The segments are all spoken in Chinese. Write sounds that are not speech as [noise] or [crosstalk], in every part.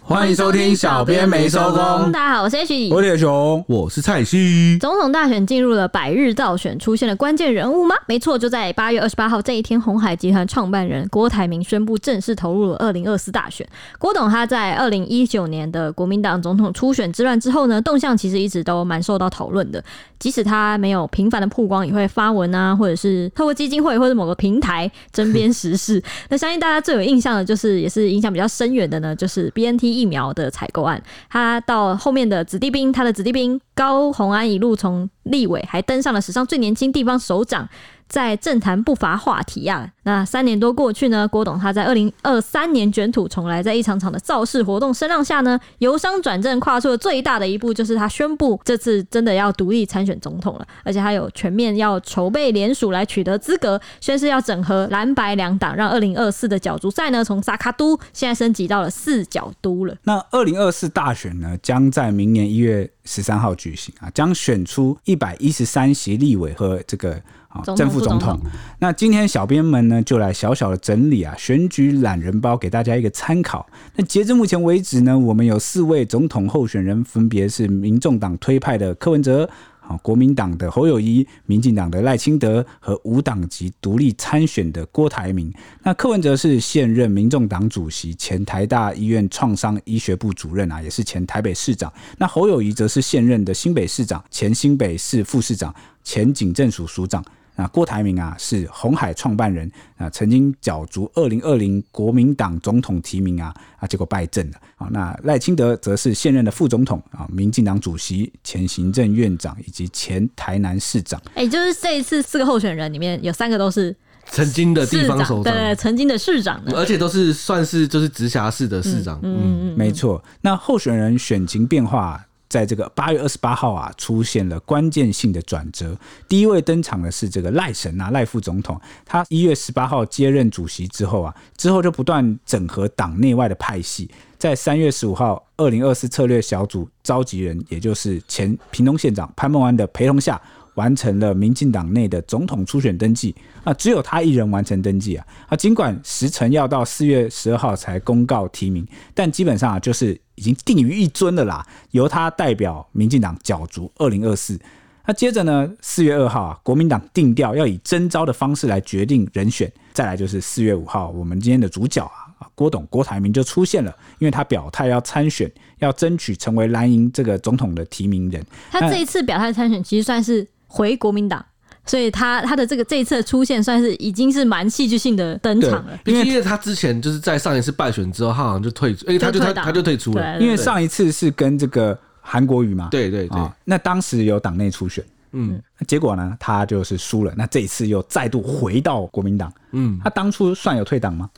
欢迎收听小编没收工大家好，我是 H。我是铁熊，我是蔡西，总统大选进入了百日造选，出现了关键人物吗？没错，就在八月二十八号这一天，红海集团创办人郭台铭宣布正式投入了二零二四大选。郭董他在二零一九年的国民党总统初选之乱之后呢，动向其实一直都蛮受到讨论的。即使他没有频繁的曝光，也会发文啊，或者是透过基金会或者某个平台针砭时事。那相信大家最有印象的就是，也是影响比较深远的呢，就是 BNT 疫苗的采购案。他到后面的子弟兵，他的子弟兵高虹安一路从立委，还登上了史上最年轻地方首长，在政坛不乏话题啊。那三年多过去呢，郭董他在二零二三年卷土重来，在一场场的造势活动声浪下呢，由商转正跨出了最大的一步，就是他宣布这次真的要独立参选总统了，而且他有全面要筹备联署来取得资格，宣誓要整合蓝白两党，让二零二四的角逐赛呢从萨卡都现在升级到了四角都了。那二零二四大选呢，将在明年一月十三号举行啊，将选出一百一十三席立委和这个啊总统正副总副统总。那今天小编们呢，就来小小的整理啊选举懒人包，给大家一个参考。那截至目前为止呢，我们有四位总统候选人，分别是民众党推派的柯文哲。啊，国民党的侯友谊、民进党的赖清德和无党籍独立参选的郭台铭。那柯文哲是现任民众党主席、前台大医院创伤医学部主任啊，也是前台北市长。那侯友谊则是现任的新北市长、前新北市副市长、前警政署署长。那郭台铭啊是红海创办人啊，曾经角逐二零二零国民党总统提名啊啊，结果败阵了啊。那赖清德则是现任的副总统啊，民进党主席、前行政院长以及前台南市长。哎、就是这一次四个候选人里面有三个都是曾经的地市方长，首对长，呃对，曾经的市长呢。而且都是算是就是直辖市的市长，嗯，嗯嗯，没错，那候选人选情变化。在这个八月二十八号啊，出现了关键性的转折。第一位登场的是这个赖神啊，赖副总统，他一月十八号接任主席之后啊，之后就不断整合党内外的派系。在三月十五号，二零二四策略小组召集人，也就是前屏东县长潘孟安的陪同下，完成了民进党内的总统初选登记啊，只有他一人完成登记啊啊，尽管时程要到四月十二号才公告提名，但基本上啊就是已经定于一尊了啦，由他代表民进党角逐二零二四。那接着呢，四月二号啊，国民党定调要以征召的方式来决定人选。再来就是四月五号，我们今天的主角啊，啊郭董郭台铭就出现了，因为他表态要参选，要争取成为蓝营这个总统的提名人。他这一次表态参选，其实算是回国民党，所以他他的这个这一次的出现，算是已经是蛮戏剧性的登场了。毕竟因为他之前就是在上一次败选之后，他好像就退出，哎，他就他退党他就退出了，嗯对因为上一次是跟这个韩国瑜嘛，对对对，啊，那当时有党内初选，嗯那结果呢，他就是输了。那这一次又再度回到国民党，嗯，他当初算有退党吗？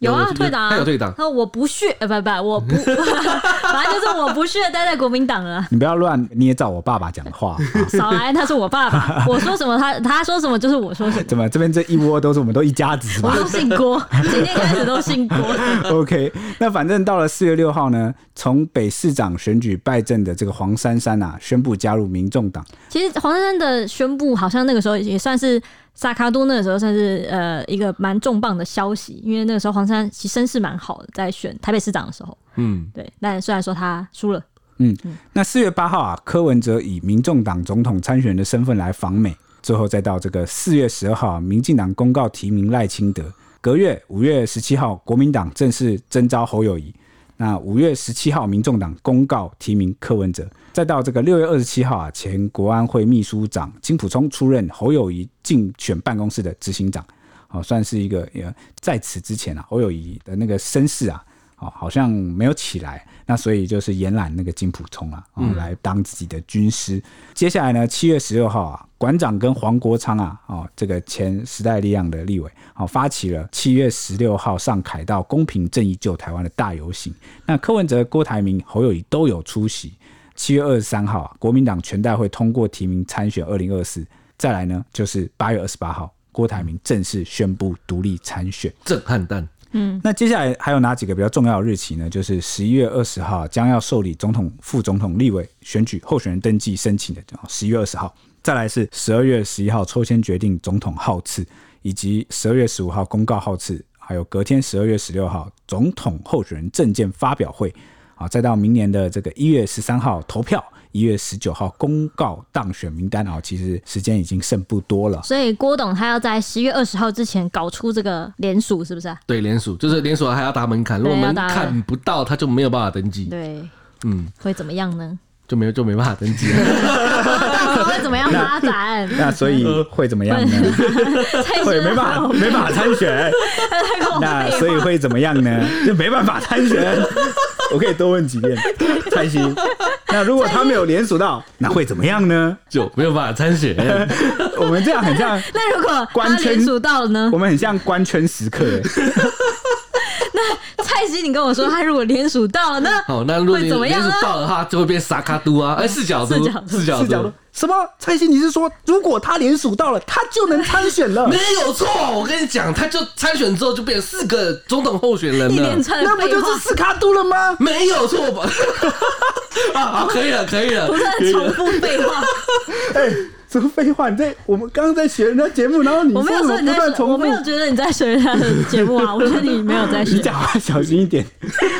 有啊，有退党啊，他有退党他说我不屑，呃，不不，[laughs] 我不，反正就是我不屑待在国民党了。你不要乱捏造我爸爸讲的 [laughs] 话。啊少来，他是我爸爸，我说什么他他说什么就是我说什么，怎么这边这一窝都是我们都一家子 [laughs] 是我吧都姓郭，今天开始都姓郭。 ？OK，那反正到了四月六号呢，从北市长选举败阵的这个黄珊珊啊，宣布加入民众党。其实黄珊珊的宣布，好像那个时候也算是萨卡都那个时候算是呃一个蛮重磅的消息，因为那个时候黄珊珊其实声势蛮好的，在选台北市长的时候，嗯，对，但虽然说她输了，那四月八号啊，柯文哲以民众党总统参选人的身份来访美，最后再到这个四月十二号啊，民进党公告提名赖清德。隔月五月十七号，国民党正式征召侯友谊。那五月十七号，民众党公告提名柯文哲。再到这个六月二十七号啊，前国安会秘书长金溥聪出任侯友谊竞选办公室的执行长。好、算是一个呃，在此之前啊，侯友谊的那个身世啊，哦，好像没有起来，那所以就是延揽那个金溥聪啊、哦，来当自己的军师。接下来呢，七月十六号啊，馆长跟黄国昌啊，哦，这个前时代力量的立委，哦，发起了七月十六号上凯道公平正义救台湾的大游行。那柯文哲、郭台铭、侯友谊都有出席。七月二十三号啊，国民党全代会通过提名参选二零二四。再来呢，就是八月二十八号，郭台铭正式宣布独立参选。震撼弹，嗯那接下来还有哪几个比较重要的日期呢？就是十一月二十号将要受理总统、副总统、立委选举候选人登记申请的，哦十一月二十号。再来是十二月十一号抽签决定总统号次，以及十二月十五号公告号次，还有隔天十二月十六号总统候选人证件发表会。好，再到明年的这个一月十三号投票，一月十九号公告当选名单啊，其实时间已经剩不多了。所以郭董他要在十月二十号之前搞出这个联署，是不是、啊？对，联署就是联署还要打门槛，如果对要门打槛不到，他就没有办法登记，对，嗯，会怎么样呢？就没有就没办法登记 [laughs] 了。到 [laughs] 底会怎么样发展？那 [laughs] 所以会怎么样呢？蔡会生没办法没办法参选， [laughs] 那所以会怎么样呢？ [laughs] 就没办法参选。 [laughs] 我可以多问几 [laughs] 遍，蔡心。那如果他没有联署 [laughs] 到，那会怎么样呢？就没有办法参选，我们这样很 [laughs] 像， [laughs] 那如果他官圈联署到了呢我？们很像官圈时刻、欸。蔡希，你跟我说他如果联署到了呢？好，那如果会你怎么样啊联呢署到的话，就会变沙卡都啊，哎，四角都四角，都四角是讲都的，什么？蔡心，你是说如果他联署到了，他就能参选 [laughs] 了 [laughs] 没？有错。我跟你讲，他就参选之后就变成四个总统候选人一了连，串的那不废就话是，斯卡杜了吗？没有错吧？ [laughs] 啊，好，可以了，可以了不，断地重复废话。 [laughs] 哎、什么废话？你在我们刚刚在学人家节目，然后 [laughs] 你我没说有什么说你不在断学，重我复没？有觉得你在学他的节目 [laughs] 啊，我觉得你没有在学你。讲话小心一点，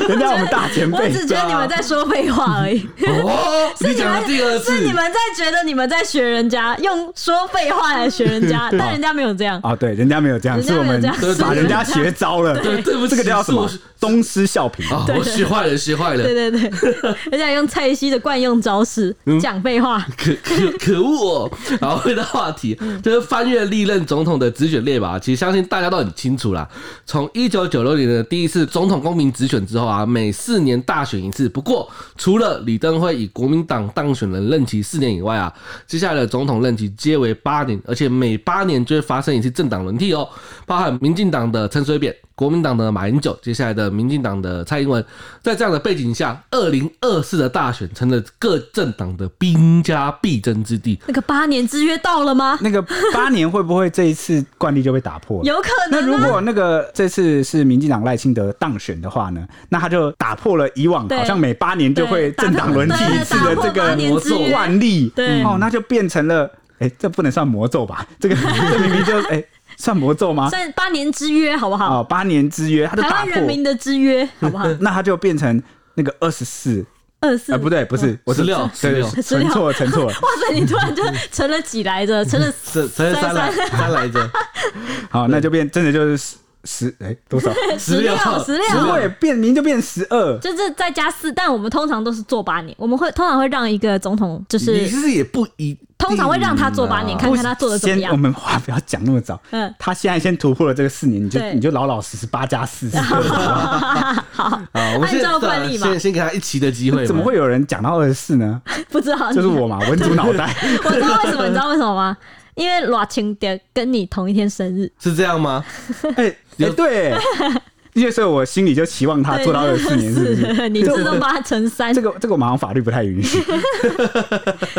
人 [laughs] 家我们大前我辈。只觉得你们在说废话而已。哦，是你讲了第 [laughs] 二次是，你们在觉得你们在学人家，用说废话来学人家，但人家没有这样。哦，对，人家没有这样，人家是我们没有这样把人家学糟了。对对不起这个叫什么是我？东施效颦。啊，我学坏了，学坏了对，对对， [laughs] 人家用蔡西的惯用招式嗯讲废话，可可可恶哦！好，回到话题，嗯就是翻阅历任总统的直选列表，其实相信大家都很清楚啦。从一九九六年的第一次总统公民直选之后啊，每四年大选一次。不过，除了李登辉以国民党当选人任期四年以外啊，接下来的总统任期皆为八年，而且每八年就会发生一次政党轮替哦，包含民进党的陈水扁。国民党的马英九，接下来的民进党的蔡英文，在这样的背景下，二零二四的大选成了各政党的兵家必争之地。那个八年之约到了吗？那个八年会不会这一次惯例就被打破了？有可嗯那能如啊。果那个这次是民进党赖清德当选的话呢，那他就打破了以往对好像每八年就会政党轮替一次对打的这破八个年之约惯例，对哦，那就变成了，哎，这不能算魔咒吧？ [laughs] 这个这明明就哎算魔咒吗？算八年之约好不好？啊哦，八年之约，他就台打湾人民破，的之约好 [laughs] 不好？那他就变成那个二十四，二四呃，不对，不哦是，我是16对16存 [laughs] 错了，存错了。哇塞，你突然就成了几来着？成了这才是三来三来着，好，那就变真的就是十十哎多少？ [laughs] 十六十十六，位变名就变十二，就是再加四。但我们通常都是做八年，我们会通常会让一个总统，就你是其实也不一定啊，通常会让他做八年，看看他做的怎么啊先我样。们话不要讲那么早，嗯， [laughs] 他现在先突破了这个四年，你就对你就老老实实八加 [laughs] 四十二，啊，我们先按照惯例嘛先先给他一期的机会嘛，怎么会有人讲到二十四 [laughs] 呢？不知道就是我嘛，文主脑袋。 [laughs] 我知道为什么，你知道为什么吗？因为罗青蝶跟你同一天生日，是这样吗？哎哎， [laughs] 对，因为所以我心里就期望他对啊做到二十四年，是 [laughs] 不是？你自动帮他乘三这，个这个我们好像法律不太允许。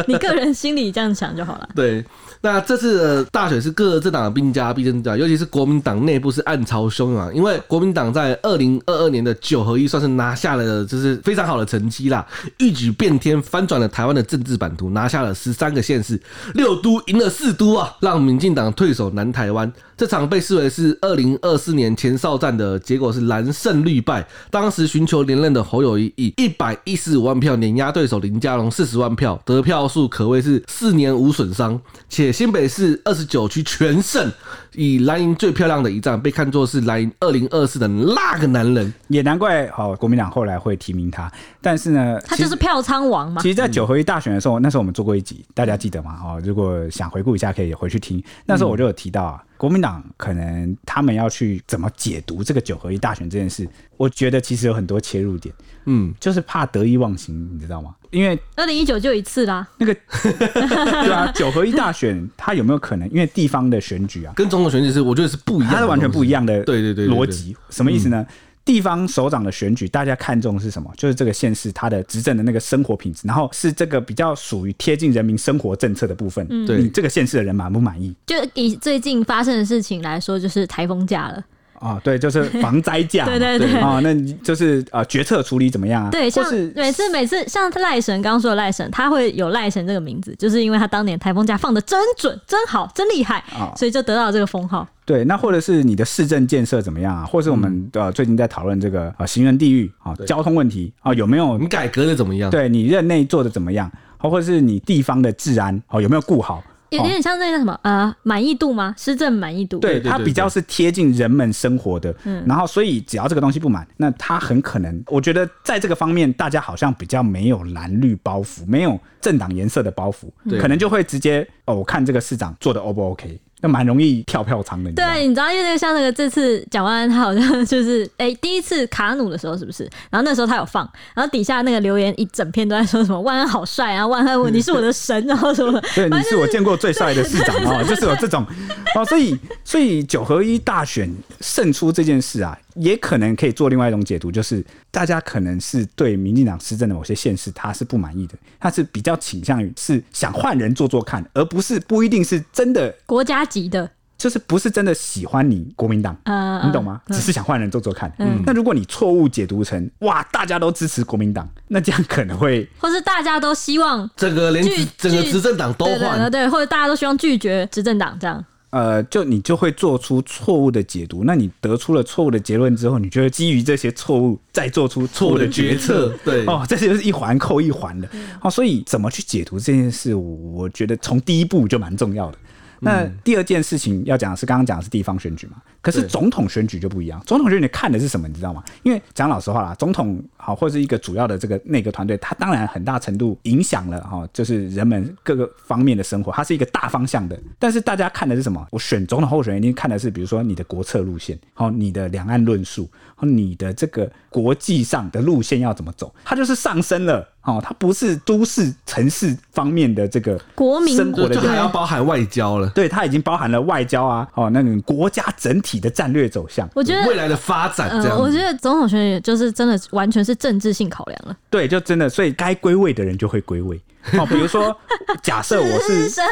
你个人心里这样想就好了。对，那这次的大选是各政党的兵家必争之战，尤其是国民党内部是暗潮汹涌啊。因为国民党在二零二二年的九合一算是拿下了，就是非常好的成绩啦，一举变天，翻转了台湾的政治版图，拿下了十三个县市，六都赢了四都啊，让民进党退守南台湾。这场被视为是二零二四年前哨战的结果是蓝胜绿败。当时寻求连任的侯友谊以一百一十五万票碾压对手林佳龙四十万票，得票数可谓是四年无损伤，且新北市二十九区全胜，以蓝营最漂亮的一仗被看作是蓝营二零二四的那个男人。也难怪，好国民党后来会提名他，但是呢，他 [laughs] 其就实是票仓王嘛其，实，在九合一大选的时候，那时候我们做过一集，大家记得吗？哦，如果想回顾一下，可以回去听。那时候我就有提到啊，国民党可能他们要去怎么解读这个九合一大选这件事，我觉得其实有很多切入点，嗯，就是怕得意忘形，你知道吗？因为二零一九就一次啦，那个对啊，九合一大选它有没有可能？因为地方的选举啊，跟总统选举是我觉得是不一样的东西，它是完全不一样的对对对对嗯对逻辑，什么意思呢？地方首长的选举，大家看重是什么？就是这个县市它的执政的那个生活品质，然后是这个比较属于贴近人民生活政策的部分。嗯对你这个县市的人满不满意？就以最近发生的事情来说，就是台风假了。啊，对，就是防灾价嘛， [laughs] 对对对啊、那你就是呃，决策处理怎么样啊？对，或像是每次每次像赖神刚刚说的赖神，他会有赖神这个名字，就是因为他当年台风假放的真准、真好、真厉害，啊所以就得到这个封号。对，那或者是你的市政建设怎么样啊？或是我嗯们呃最近在讨论这个呃行人地狱啊、交通问题啊、有没有你改革的怎么样？对你任内做的怎么样？哦或者是你地方的治安哦有没有顾好？有有点像那个什么呃满意度吗？施政满意度？对，对对它对比较是贴近人们生活的。嗯然后所以只要这个东西不满，那它很可能，我觉得在这个方面，大家好像比较没有蓝绿包袱，没有政党颜色的包袱，对可能就会直接哦，我看这个市长做的 O 不 OK，那蛮容易跳票仓的。你对知道吗啊，你知道，因为那个像那个这次蒋万安他好像 [laughs] 就是哎、第一次卡努的时候是不是？然后那时候他有放，然后底下那个留言一整篇都在说什么万安好帅啊，万安你是我的神，然后什么的。对，你是我见过最帅的市长哦，就是有这种哦，所以所以九合一大选胜出这件事啊，也可能可以做另外一种解读，就是大家可能是对民进党施政的某些县市他是不满意的，他是比较倾向于是想换人做做看，而不是不一定是真的，国家级的，就是不是真的喜欢你国民党。呃，你懂吗？只是想换人做做看。那如果你错误解读成哇，大家都支持国民党，那这样可能会或是大家都希望整个连拒执整个拒执政党都对对对换，对，或者大家都希望拒绝执政党这样。呃，就你就会做出错误的解读。那你得出了错误的结论之后，你就会基于这些错误再做出错错误误的的决决策策。对哦，这就是一环扣一环的。哦，所以怎么去解读这件事，我我觉得从第一步就蛮重要的。那第二件事情要讲的是，刚刚讲的是地方选举嘛，可是对总统选举就不一样。总统选举看的是什么，你知道吗？因为讲老实话啦，总统好或是一个主要的这个内阁团队，它当然很大程度影响了哈、就是人们各个方面的生活，它是一个大方向的。但是大家看的是什么？我选总统候选人一定看的是，比如说你的国策路线，好、你的两岸论述，好、你的这个国际上的路线要怎么走，它就是上升了。哦，它不是都市城市方面的这个国民生活就的就这个还要包含外交了，对，它已经包含了外交啊，哦，那种国家整体的战略走向。我觉未得，来的发展这呃，样我觉子。得总统选举就是真的完全是政治性考量了。对，就真的，所以该归位的人就会归位。哦，比如说，假设我是神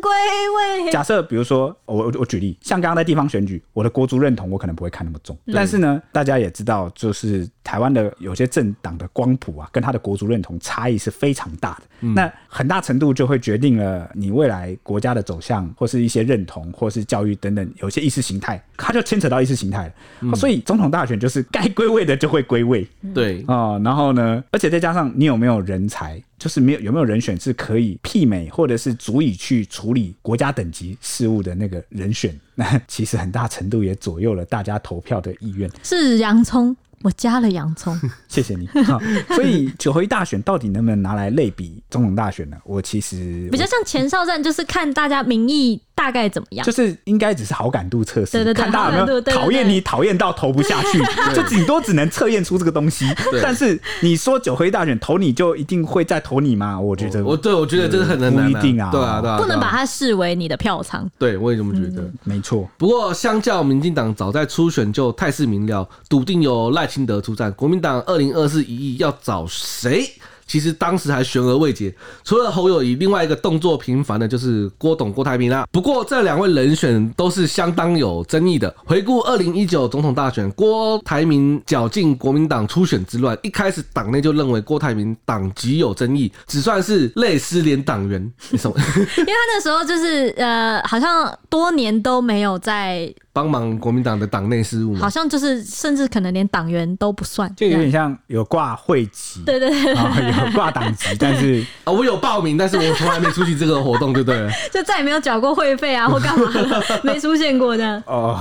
归 [laughs] 位，假设，比如说，我我我举例，像刚刚在地方选举，我的国族认同我可能不会看那么重，但是呢，大家也知道，就是台湾的有些政党的光谱啊，跟他的国族认同差异是非常大的，那很大程度就会决定了你未来国家的走向，或是一些认同，或是教育等等，有一些意识形态，它就牵扯到意识形态了。哦所以总统大选就是该归位的就会归位，对，哦，然后呢，而且再加上你有没有人才，就是没有有没有人选是可以媲美或者是足以去处理国家等级事务的那个人选，那其实很大程度也左右了大家投票的意愿。是洋葱，我加了 [laughs] 洋葱。谢谢你。哈所以九合一大选到底能不能拿来类比总统大选呢？我其实比较像前哨战，就是看大家民意大概怎么样就。是应该只是好感度测试，对对对看大家有好没感度有对对讨厌你，讨厌到投不下 [laughs] 去，就顶多只能测验出这个东西。对但是你说九合一大选投你就一定会再投你吗？我觉得我对我觉得这个很难嗯不一定啊对啊对啊，不能对把啊它视为你的票仓，对我也这么觉得。没错。不过，相较民进党早在初选就态势明了，笃定由赖清德出战，国民党二零二四一役要找谁？其实当时还悬而未决，除了侯友谊，另外一个动作频繁的就是郭董郭台铭啦。不过这两位人选都是相当有争议的。回顾二零一九总统大选，郭台铭绞尽国民党初选之乱，一开始党内就认为郭台铭党籍有争议，只算是类失联党员。什么 [laughs] 因为他那时候就是呃，好像多年都没有在，帮忙国民党的党内事务吗？好像就是甚至可能连党员都不算，就有这点样像有挂会籍，对对对，啊、有挂党 [laughs] 籍，但是啊，我有报名，但是我从来没出席这个活动，对不对了？就再也没有缴过会费 [laughs] 啊或干嘛的，没出现过这样。哦，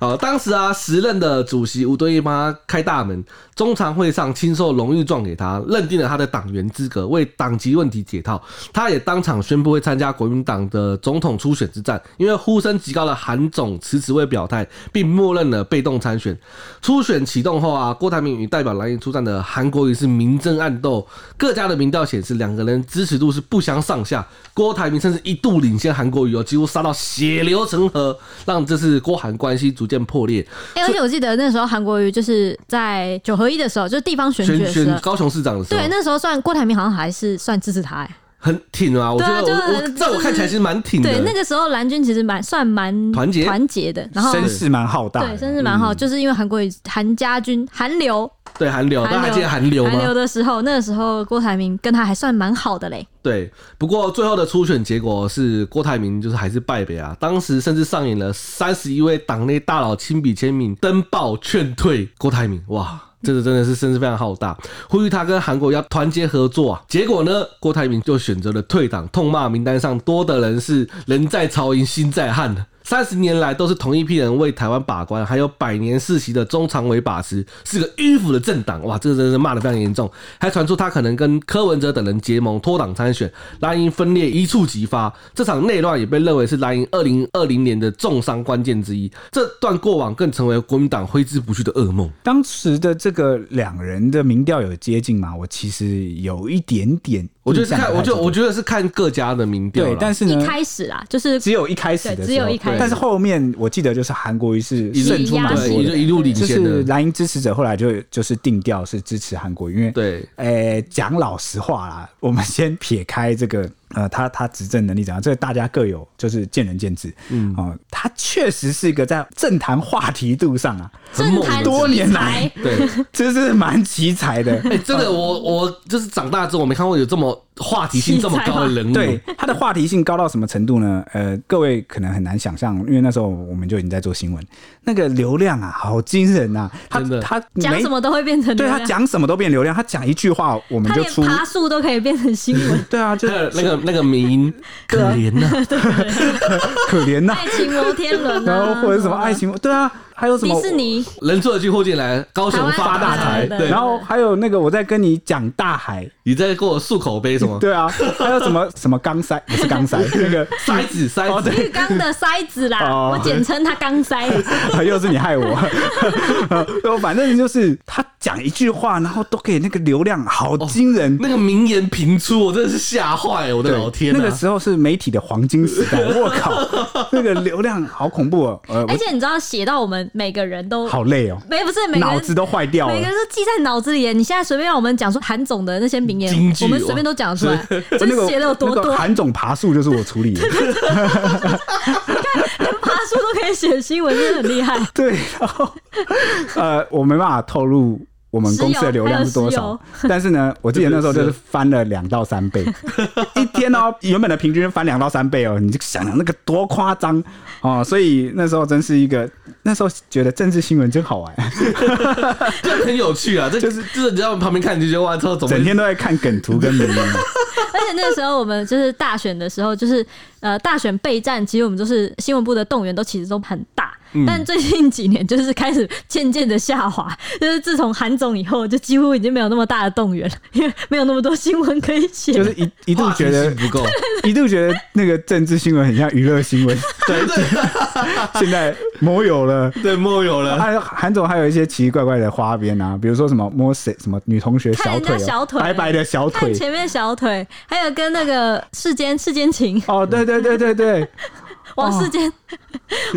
好，当时啊，时任的主席吴敦义帮他开大门，中常会上亲授荣誉状给他，认定了他的党员资格，为党籍问题解套。他也当场宣布会参加国民党的总统初选之战，因为呼声极高的韩总迟迟未表态，并默认了被动参选。初选启动后啊，郭台铭与代表蓝营出战的韩国瑜是明争暗斗，各家的民调显示两个人支持度是不相上下，郭台铭甚至一度领先韩国瑜哦，几乎杀到血流成河，让这次郭韩关系逐渐破裂。哎、而且我记得那时候韩国瑜就是在九合一的时候，就是地方选举选的时选候，高雄市长的时候，对，那时候算郭台铭好像还是算支持他、哎，很挺啊，我觉得对啊我就我在我看起来其实蛮挺的。对，那个时候蓝军其实蛮算蛮团结 [laughs] 团结的，然后声势蛮浩大嗯对，的，真是蛮好，就是因为韩国瑜韩家军韩流对韩流，大家还记得韩流韩吗流？的时候，那个时候郭台铭跟他还算蛮好的嘞。对，不过最后的初选结果是郭台铭就是还是败北啊，当时甚至上演了三十一位党内大佬亲笔签名登报劝退郭台铭，哇！这个真的是声势非常浩大，呼吁他跟韩国要团结合作啊！结果呢，郭台铭就选择了退党，痛骂名单上多的人是人在曹营心在汉三十年来都是同一批人为台湾把关，还有百年世袭的中常委把持，是个迂腐的政党。哇，这个真的是骂得非常严重，还传出他可能跟柯文哲等人结盟，脱党参选，拉因分裂一触即发。这场内乱也被认为是拉因二零二零年的重伤关键之一。这段过往更成为国民党挥之不去的噩梦。当时的这个两人的民调有接近嘛？我其实有一点点，我就是看，我就我就觉得是看各家的民调啦对，但是一呢，开始啊，就是只有一开始的时对候，只有一开始但是后面我记得就是韩国瑜是一路胜出蛮压多制对，的就，一路领就先是的，蓝营支持者后来就就是定调是支持韩国瑜，因为对。诶，呃讲老实话啦，我们先撇开这个， [laughs] 呃，他他执政能力怎样，这个大家各有就是见仁见智。嗯，哦、他确实是一个在政坛话题度上啊，很政猛坛多奇年才来对，真是蛮奇才 [laughs] 的。哎、真的，我我就是长大之后，我没看过有这么话题性这么高的人物。对，他的话题性高到什么程度呢？呃，各位可能很难想象，因为那时候我们就已经在做新闻，那个流量啊，好惊人啊！他真的他讲没什么都会变成流对量他讲什么都变流量，他讲一句话我们他就连出。，爬树都可以变成新闻 [laughs] 对啊，就还 [laughs] 有那个那个民 [laughs] 音，可怜呐、可怜呐、爱情摩天轮然后啊，或者什么爱情，对啊，还有什迪么士尼，人出得去，货进来，高雄发大财。台湾发大财对，然后还有那个我在跟你讲大海，你在给我漱口杯什么？对啊，还有什么什么钢塞不是钢 [laughs] 塞，那个塞子塞子，浴缸的塞子啦，哦我简称它缸 [laughs] 塞。又是你害我， [laughs] 呃反正就是他讲一句话，然后都给那个流量好惊人。哦那个名言频出，我真的是吓坏，我的对老天、啊！那个时候是媒体的黄金时代，我靠，那个流量好恐怖哦，呃，而我且你知道，写到我们每个人都好累哦，没不是每个脑人子都坏掉每了个。人都记在脑子里耶。你现在随便让我们讲出韩总的那些名言金，句我们随便都讲得出来， [laughs] 我真哦呃那是个写的有多那多 [laughs] 个，韩总爬树就是我处理的，爬树都可以写新闻，真的很厉害。 [laughs] [laughs] 对，然后呃，我没办法透露我们公司的流量是多石油少， [laughs] 但是呢，我记得那时候就是翻了两到三 [laughs] 倍，一天哦，原本的平均翻两到三倍哦，你就想想那个多夸张哦，所以那时候真是一个，那时候觉得政治新闻真好玩，这很有趣啊，这就是就是你知道旁边看你就觉得哇，操，怎么整天都在看梗图跟名言， [laughs] 而且那个时候我们就是大选的时候，就是呃大选备战，其实我们就是新闻部的动员都其实都很大，嗯但最近几年就是开始渐渐的下滑， [laughs] 就是自从韩总以后，就几乎已经没有那么大的动员了， [laughs] 因为没有那么多新闻可以写。就是一一度话题觉得性不够？ [laughs] 一度觉得那个政治新闻很像娱乐新 [laughs] 闻，对对现在没有了。对，莫有 [laughs] 了。还有韩总还有一些奇奇怪怪的花边啊，比如说什么摸谁什么女同学小看腿、哦，人家小腿白白的小看腿。前面小腿，还有跟那个世间世间情哦，对对对 [laughs] 对对，哦王世坚，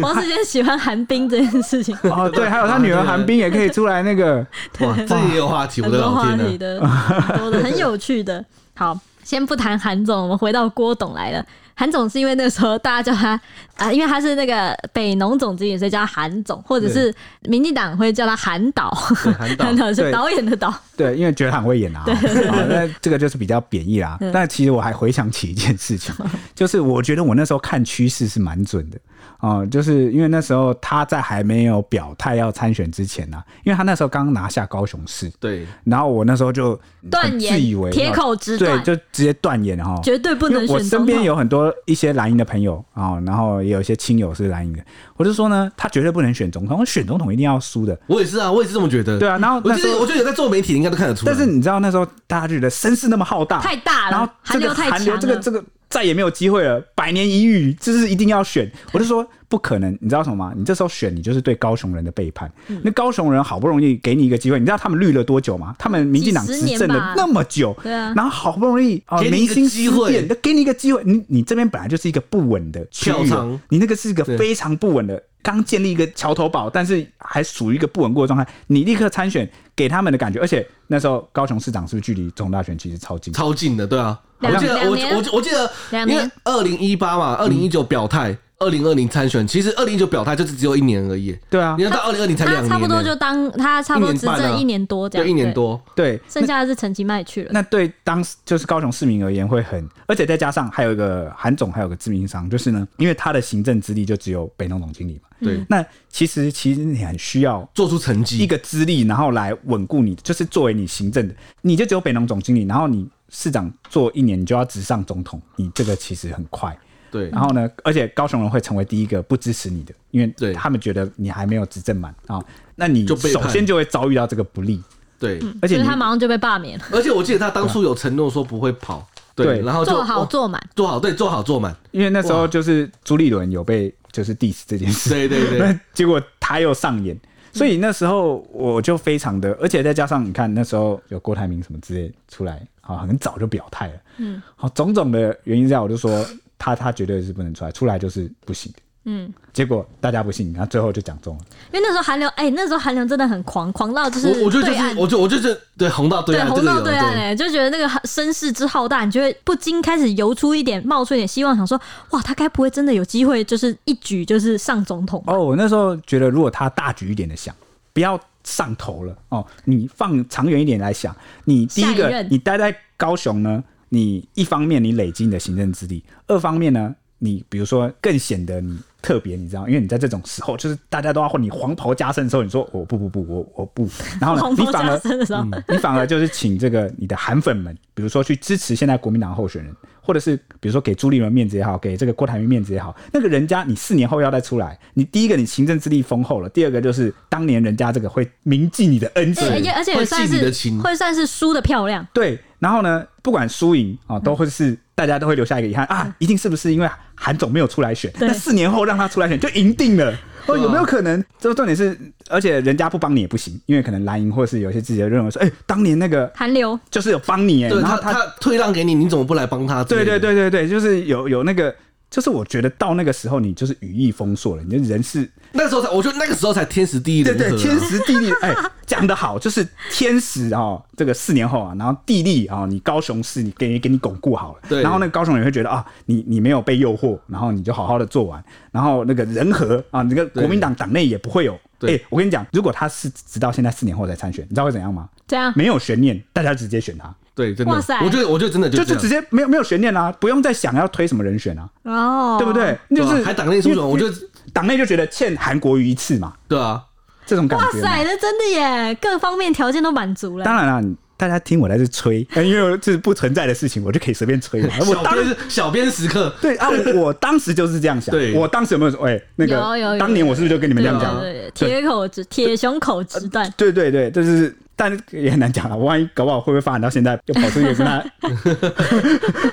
王世坚喜欢韩冰这件事情，哦对，还有他女儿韩冰也可以出来 [laughs] 那个，哇，这也有话题，我很的多老话天啊呐、啊题的，很多的很有趣的。好，先不谈韩总，我们回到郭董来了。韩总是因为那时候大家叫他啊、因为他是那个北农总经理，所以叫他韩总，或者是民进党会叫他韩导，对韩 [laughs] 导韩导是对导演的导。对，因为觉得很会演啊。好，那这个就是比较贬义啦。但其实我还回想起一件 [laughs] 事情，就是我觉得我那时候看趋势是蛮准的哦、就是因为那时候他在还没有表态要参选之前呢、啊，因为他那时候刚拿下高雄市，对，然后我那时候就很断言自以为啊铁口直对，断就直接断言哦哈，绝对不能因为我选身总边统有很啊多一些蓝营的朋友啊、然后也有一些亲友是蓝营的，我就说呢，他绝对不能选总统，选总统一定要输的。我也是啊，我也是这么觉得。对啊，然后我那觉时得候，我觉得有在做媒体，应该都看得出来。但是你知道那时候大家就觉得声势那么浩大，太大了然后这韩流个太韩流强这个了这个再也没有机会了，百年一遇，这是一定要选。我就说不可能，你知道什么吗？你这时候选，你就是对高雄人的背叛。嗯那高雄人好不容易给你一个机会，你知道他们绿了多久吗？他们民进党几十执年政吧了那么久，对啊然后好不容易哦，给你一民个心机思会变，给你一个机会，你你这边本来就是一个不稳的区域票了仓你那个是一个对非常不稳的，刚建立一个桥头堡，但是还属于一个不稳固的状态，你立刻参选，给他们的感觉，而且那时候高雄市长是不是距离总统大选其实超近？超近的，对啊。两我记得两我年我我记得，两因年为二零一八嘛，二零一九表态，二零二零参选，其实二零一九表态就是只有一年而已。对啊你，要到二零二零才两他年呢，差不多就当他差不多一年执半啊政一年多这样，对一年，多，对，剩下的是陈其迈去了。那对当时就是高雄市民而言会很，而且再加上还有一个韩总，还有个致命伤，就是呢，因为他的行政资历就只有北农总经理嘛。嗯对，那其实其实你很需要做出成一绩。个资历，然后来稳固你，就是作为你行政的，你就只有北农总经理，然后你市长做一年，你就要直上总统，你这个其实很快。对然后呢，而且高雄人会成为第一个不支持你的，因为对他们觉得你还没有执政满啊、那你就背叛首先就会遭遇到这个不利，对，而且所你以他马上就被罢免了，而且我记得他当初有承诺说不会跑，对，对然后就做好哦做满。做好，对，做好做满，因为那时候哇就是朱立伦有被就是 diss 这件事，对对对 [laughs] 那结果他又上演，所以那时候我就非常的，而且再加上你看那时候有郭台铭什么之类出来，啊，很早就表态了，嗯，好，种种的原因下，我就说他他绝对是不能出来，出来就是不行的，嗯，结果大家不信，然后最后就讲中了，因为那时候韩流，哎、那时候韩流真的很狂，狂到就是我我觉得就对岸是，我就我就是对红到对对岸，这红个到有对岸哎、就觉得那个声势之浩大，你就会不禁开始游出一点、冒出一点希望，想说哇，他该不会真的有机会，就是一举就是上总统吧？哦，我那时候觉得，如果他大局一点的想，不要上头了哦，你放长远一点来想，你第一下一个任，你待在高雄呢，你一方面你累积你的行政资历，二方面呢，你比如说更显得你特别，你知道，因为你在这种时候，就是大家都要换你黄袍加身的时候，你说哦我、不不不，我我不，然后红哦呢，你包反加而嗯身的时候，哎你反而就是请这个你的韩粉们，比如说去支持现在国民党候选人，或者是比如说给朱立伦面子也好，给这个郭台铭面子也好，那个人家你四年后要再出来，你第一个你行政资历丰厚了，第二个就是当年人家这个会铭记你的恩情，哎而且而且也会算记你的是情会算是输的漂亮，对，然后呢，不管输赢啊，都会是大家都会留下一个遗憾啊，一定是不是因为韩总没有出来选？对那四年后让他出来选就赢定了。哦，对啊有没有可能？这个重点是，而且人家不帮你也不行，因为可能蓝营或是有些自己的认为说，哎、当年那个韩流就是有帮你哎，对然后他他退让给你，你怎么不来帮他？对对，对对对，就是有有那个，就是我觉得到那个时候，你就是羽翼丰硕了，你的人是那时候才，我觉得那个时候才天时地利对人和啊，对天时地利，哎， [laughs] 讲得好，就是天时哦，这个四年后啊，然后地利啊、哦，你高雄市你给给你巩固好了，对然后那个高雄人会觉得啊，你你没有被诱惑，然后你就好好的做完，然后那个人和啊，你个国民党党内也不会有。对哎、我跟你讲，如果他是直到现在四年后才参选，你知道会怎样吗？这样。没有悬念，大家直接选他，对，真的，哇塞我觉得我觉得真的就这是样直接没有没有悬念啦、不用再想要推什么人选啊，哦，对不？对？就对是啊还党内出因为手，我觉得党内就觉得欠韩国瑜一次嘛，对啊，。这种感哇觉嘛。塞，那真的耶，各方面条件都满足了。当然了，大家听我在这吹，呃因为这是不存在的事情，我就可以随便吹嘛我小当编小编时刻，对啊，我当时就是这样想。对我当时有没有说，哎、那个有有有当年我是不是就跟你们对这样讲？啊对对对铁口直铁胸口直断，对对对，就是。但也很难讲啊，万一搞不好会不会发展到现在又跑出一个跟他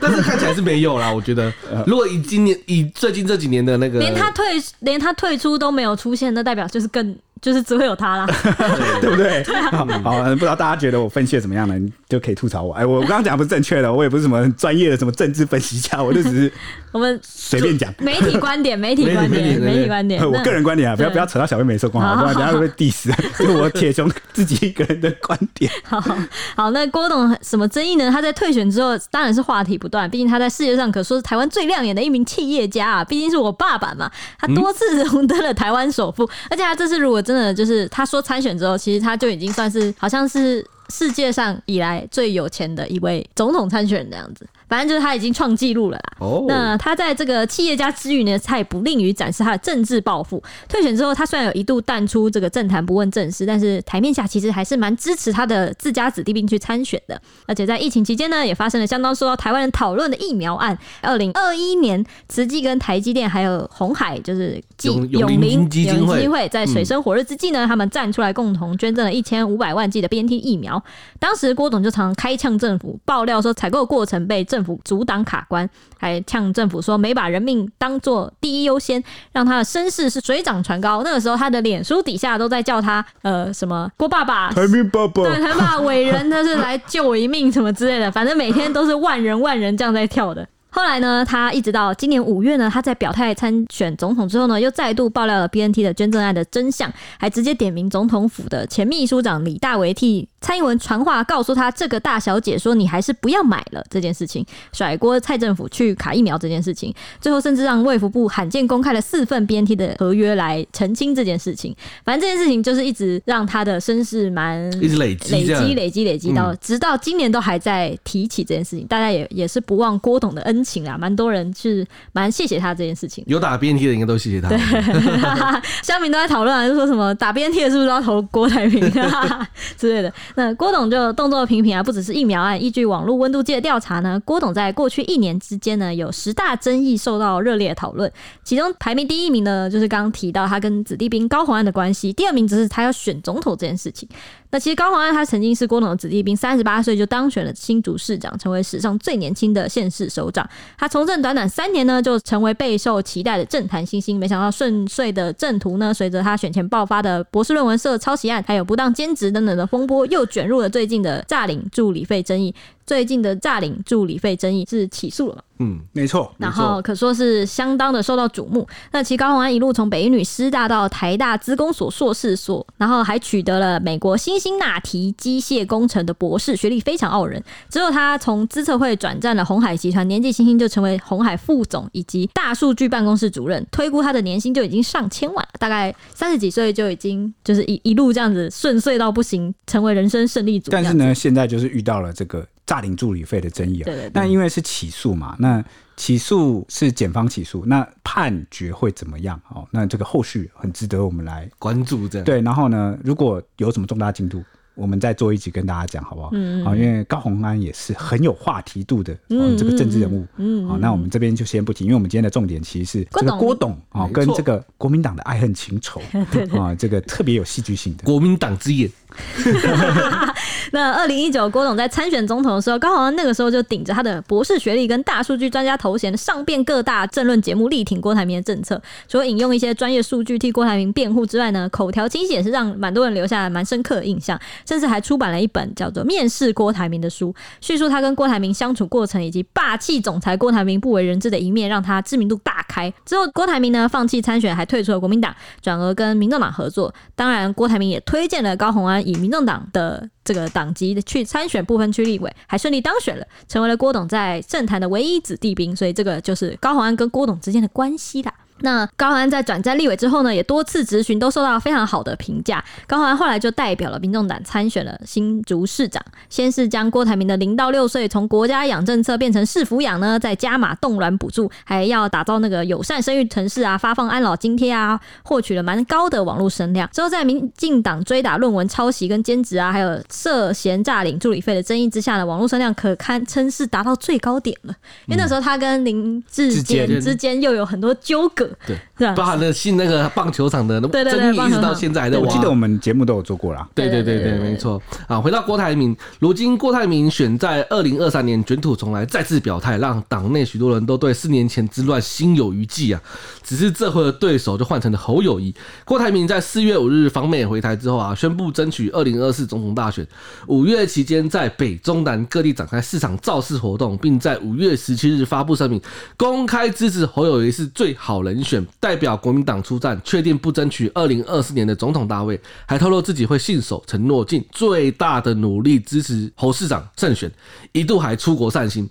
但是看起来是没有啦。我觉 [laughs] 得，呃如果以今年以最近这几年的那个，连他退连他退出都没有出现，那代表就是更 [laughs] 就是只会有他啦。 [laughs] 对不 [laughs] 对？啊好，好呃不知道大家觉得我分析的怎么样呢？你就可以吐槽我。哎，我我刚刚讲的不是正确的，我也不是什么很专业的什么政治分析家，我就只是我们随便讲。媒体观点，媒体观媒体点，媒体媒体观点。我那个人观点啊，不要对不要扯到小妹妹说光好，好不然等下会被 diss。就是我铁兄自己一个人的观点。 [laughs] 好好，那郭董什么争议呢？他在退选之后，当然是话题不断。毕竟他在世界上可说是台湾最亮眼的一名企业家啊，毕竟是我爸爸嘛。他多次荣登了台湾首富，而且他这次如果真的就是他说参选之后，其实他就已经算是好像是世界上以来最有钱的一位总统参选人这样子。反正就是他已经创纪录了啦。哦，那他在这个企业家之余呢，他也不吝于展示他的政治抱负。退选之后，他虽然有一度淡出这个政坛，不问政事，但是台面下其实还是蛮支持他的自家子弟兵去参选的。而且在疫情期间呢，也发生了相当受到台湾人讨论的疫苗案。二零二一年，慈济跟台积电还有红海，就是基永永林林基金永林会嗯基金会在水深火热之际呢，他们站出来共同捐赠了一千五百万剂的 BNT 疫苗。当时郭董就常开呛政府，爆料说采购过程被政府阻挡卡关，还呛政府说没把人命当做第一优先，让他的身世是水涨船高。那个时候，他的脸书底下都在叫他呃什么郭爸爸。台面爸爸 [laughs] 对，他把伟人他是来救我一命什么之类的，反正每天都是万人万人这样在跳的。后来呢，他一直到今年五月呢，他在表态参选总统之后呢，又再度爆料了 BNT 的捐赠案的真相，还直接点名总统府的前秘书长李大为替蔡英文传话告诉他，这个大小姐说你还是不要买了这件事情，甩锅蔡政府去卡疫苗这件事情，最后甚至让卫福部罕见公开了四份 BNT 的合约来澄清这件事情。反正这件事情就是一直让他的身世蛮一直累积累这样嗯积、累积、累积到，直到今年都还在提起这件事情，大家也也是不忘郭董的恩情啦，蛮多人是蛮谢谢他这件事情的。有打 BNT 的应该都谢谢他。 [laughs] 乡民都在讨论啊，就说什么打 BNT 的是不是要投郭台铭啊之类的。那郭董就动作频频啊，不只是疫苗案，依据网络温度计的调查呢，郭董在过去一年之间呢，有十大争议受到热烈讨论，其中排名第一名呢，就是刚刚提到他跟子弟兵高虹安的关系，第二名则是他要选总统这件事情。那其实高虹安他曾经是郭董的子弟兵，三十八岁就当选了新竹市长，成为史上最年轻的县市首长。他从政短短三年呢，就成为备受期待的政坛新星。没想到顺遂的政途呢，随着他选前爆发的博士论文社抄袭案，还有不当兼职等等的风波，又卷入了最近的诈领助理费争议。最近的诈领助理费争议是起诉了嘛？嗯，没错，然后可说是相当的受到瞩目。那其实高虹安一路从北一女师大到台大资工所硕士所，然后还取得了美国辛辛那提机械工程的博士学历，非常傲人。之后他从资策会转战了红海集团，年纪轻轻就成为红海副总以及大数据办公室主任，推估他的年薪就已经上千万了，大概三十几岁就已经就是一一路这样子顺遂到不行，成为人生胜利组这但样子。是呢，现在就是遇到了这个诈领助理费的争议啊对。对对，那因为是起诉嘛，那起诉是检方起诉，那判决会怎么样？哦，那这个后续很值得我们来关注这样。，对。然后呢，如果有什么重大进度，我们再做一集跟大家讲，好不好？嗯好，因为高虹安也是很有话题度的、哦、这个政治人物。嗯好、那我们这边就先不提，因为我们今天的重点其实是郭这个董郭董啊、哦没，跟错这个国民党的爱恨 [laughs] 情仇啊、这个特别有戏剧性的。国民党之眼，那二零一九，郭董在参选总统的时候，刚好那个时候就顶着他的博士学历跟大数据专家头衔，上遍各大政论节目，力挺郭台铭的政策。除了引用一些专业数据替郭台铭辩护之外呢，口条清晰也是让蛮多人留下蛮深刻的印象，甚至还出版了一本叫做《面试郭台铭》的书，叙述他跟郭台铭相处过程以及霸气总裁郭台铭不为人知的一面，让他知名度大开。之后，郭台铭呢放弃参选，还退出了国民党，转而跟民众党合作。当然，郭台铭也推荐了高虹安以民众党的这个党籍去参选部分区立委，还顺利当选了，成为了郭董在政坛的唯一子弟兵。所以，这个就是高虹安跟郭董之间的关系啦。那高虹安在转战立委之后呢，也多次质询，都受到非常好的评价。高虹安后来就代表了民众党参选了新竹市长，先是将郭台铭的零到六岁从国家养政策变成市抚养呢，再加码冻卵补助，还要打造那个友善生育城市啊，发放安老津贴啊，获取了蛮高的网络声量。之后在民进党追打论文抄袭跟兼职啊，还有涉嫌诈领助理费的争议之下呢，网络声量可堪称是达到最高点了。因为那时嗯候他跟林志志坚坚之间又有很多纠葛，对是吧包？含了信那个棒球场的对对争议，棒一球直到场现在还在我挖。记得我们节目都有做过啦。对对对对对，对对没错啊。回到郭台铭，如今郭台铭选在二零二三年卷土重来，再次表态，让党内许多人都对四年前之乱心有余悸啊。只是这回的对手就换成了侯友谊。郭台铭在四月五日访美回台之后啊，宣布争取二零二四总统大选。五月期间，在北中南各地展开市场造势活动，并在五月十七日发布声明，公开支持侯友谊是最好人选，代表国民党出战，确定不争取二零二四年的总统大位，还透露自己会信守承诺，尽最大的努力支持侯市长胜选，一度还出国散心。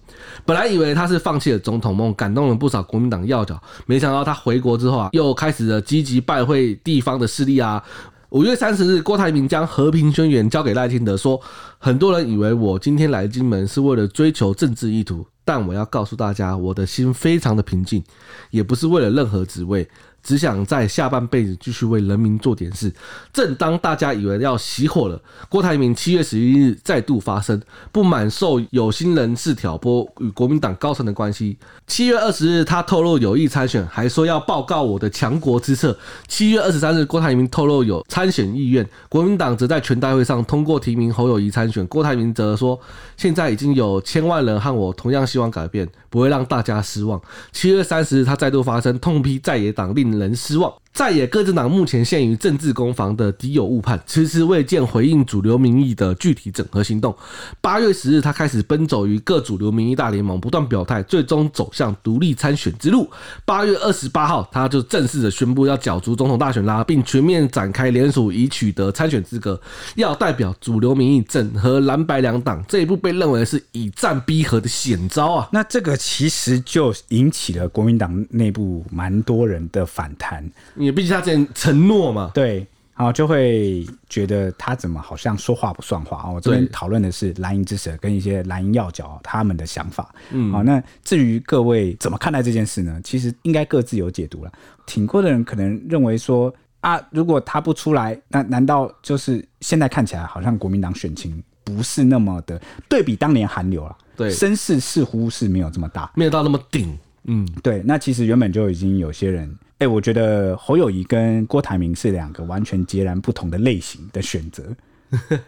本来以为他是放弃了总统梦，感动了不少国民党要角，没想到他回国之后啊，又开始了积极拜会地方的势力啊。五月三十日，郭台铭将和平宣言交给赖清德，说：“很多人以为我今天来金门是为了追求政治意图，但我要告诉大家，我的心非常的平静，也不是为了任何职位，只想在下半辈子继续为人民做点事。正当大家以为要熄火了，郭台铭七月十一日再度发声，不满受有心人士挑拨与国民党高层的关系。七月二十日，他透露有意参选，还说要报告我的强国之策。七月二十三日，郭台铭透露有参选意愿，国民党则在全代会上通过提名侯友谊参选。郭台铭则说，现在已经有千万人和我同样希望改变，不会让大家失望。七月三十日，他再度发声，痛批在野党令人失望。在野各政党目前陷于政治攻防的敌友误判，迟迟未见回应主流民意的具体整合行动。八月十日，他开始奔走于各主流民意大联盟，不断表态，最终走向独立参选之路。八月二十八号，他就正式的宣布要角逐总统大选啦，并全面展开联署，以取得参选资格，要代表主流民意整合蓝白两党。这一步被认为是以战逼和的险招啊！那这个其实就引起了国民党内部蛮多人的反弹，也毕竟他之前承诺嘛，对，然后就会觉得他怎么好像说话不算话哦。我这边对讨论的是蓝营支持者跟一些蓝营要角他们的想法。嗯，好、那至于各位怎么看待这件事呢？其实应该各自有解读了。挺过的人可能认为说啊，如果他不出来，那难道就是现在看起来好像国民党选情不是那么的对比当年韩流啊？对声势似乎是没有这么大。没有到那么顶。嗯，对，那其实原本就已经有些人，哎、我觉得侯友谊跟郭台铭是两个完全截然不同的类型的选择。